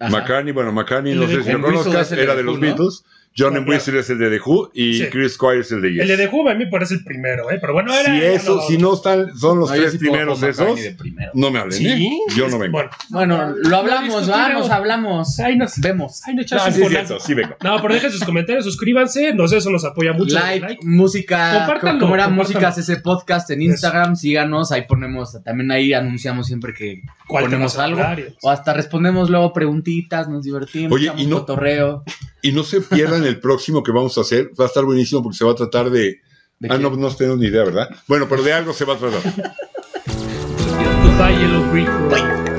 Ajá. McCartney, bueno, McCartney, El no de sé The si lo Who. Whistle conozcas, es el de era The de los Who, ¿no? Beatles. Johnny Bueno, claro. Whistle es el de The Who y Sí. Chris Squire es el de Yes. El de The Who a mí me parece el primero, ¿eh? Pero bueno, era. si era eso, lo- si no están, son los No, yo tres sí puedo primeros con esos, McCartney de primero. no me hablen. Sí. ¿eh? Yo no vengo. Bueno, Bueno, lo hablamos, Lo va, discutiremos. nos hablamos. ahí nos. Vemos. Ahí nos No, echas un sí es polazo. cierto, sí vengo. No, pero dejen sus comentarios, suscríbanse, nos eso nos apoya mucho. like, música, Compártanlo, como era compártanlo. músicas ese podcast en Instagram, síganos, ahí ponemos, también ahí anunciamos siempre que ¿Cuál ponemos tema algo. secundario? O hasta respondemos luego preguntitas, nos divertimos, Oye, echamos y no- cotorreo. Y no se pierdan el próximo que vamos a hacer. Va a estar buenísimo porque se va a tratar de. ¿De ah, qué? no, no tenemos ni idea, ¿verdad? Bueno, pero de algo se va a tratar. Goodbye, Yellow Brick Road.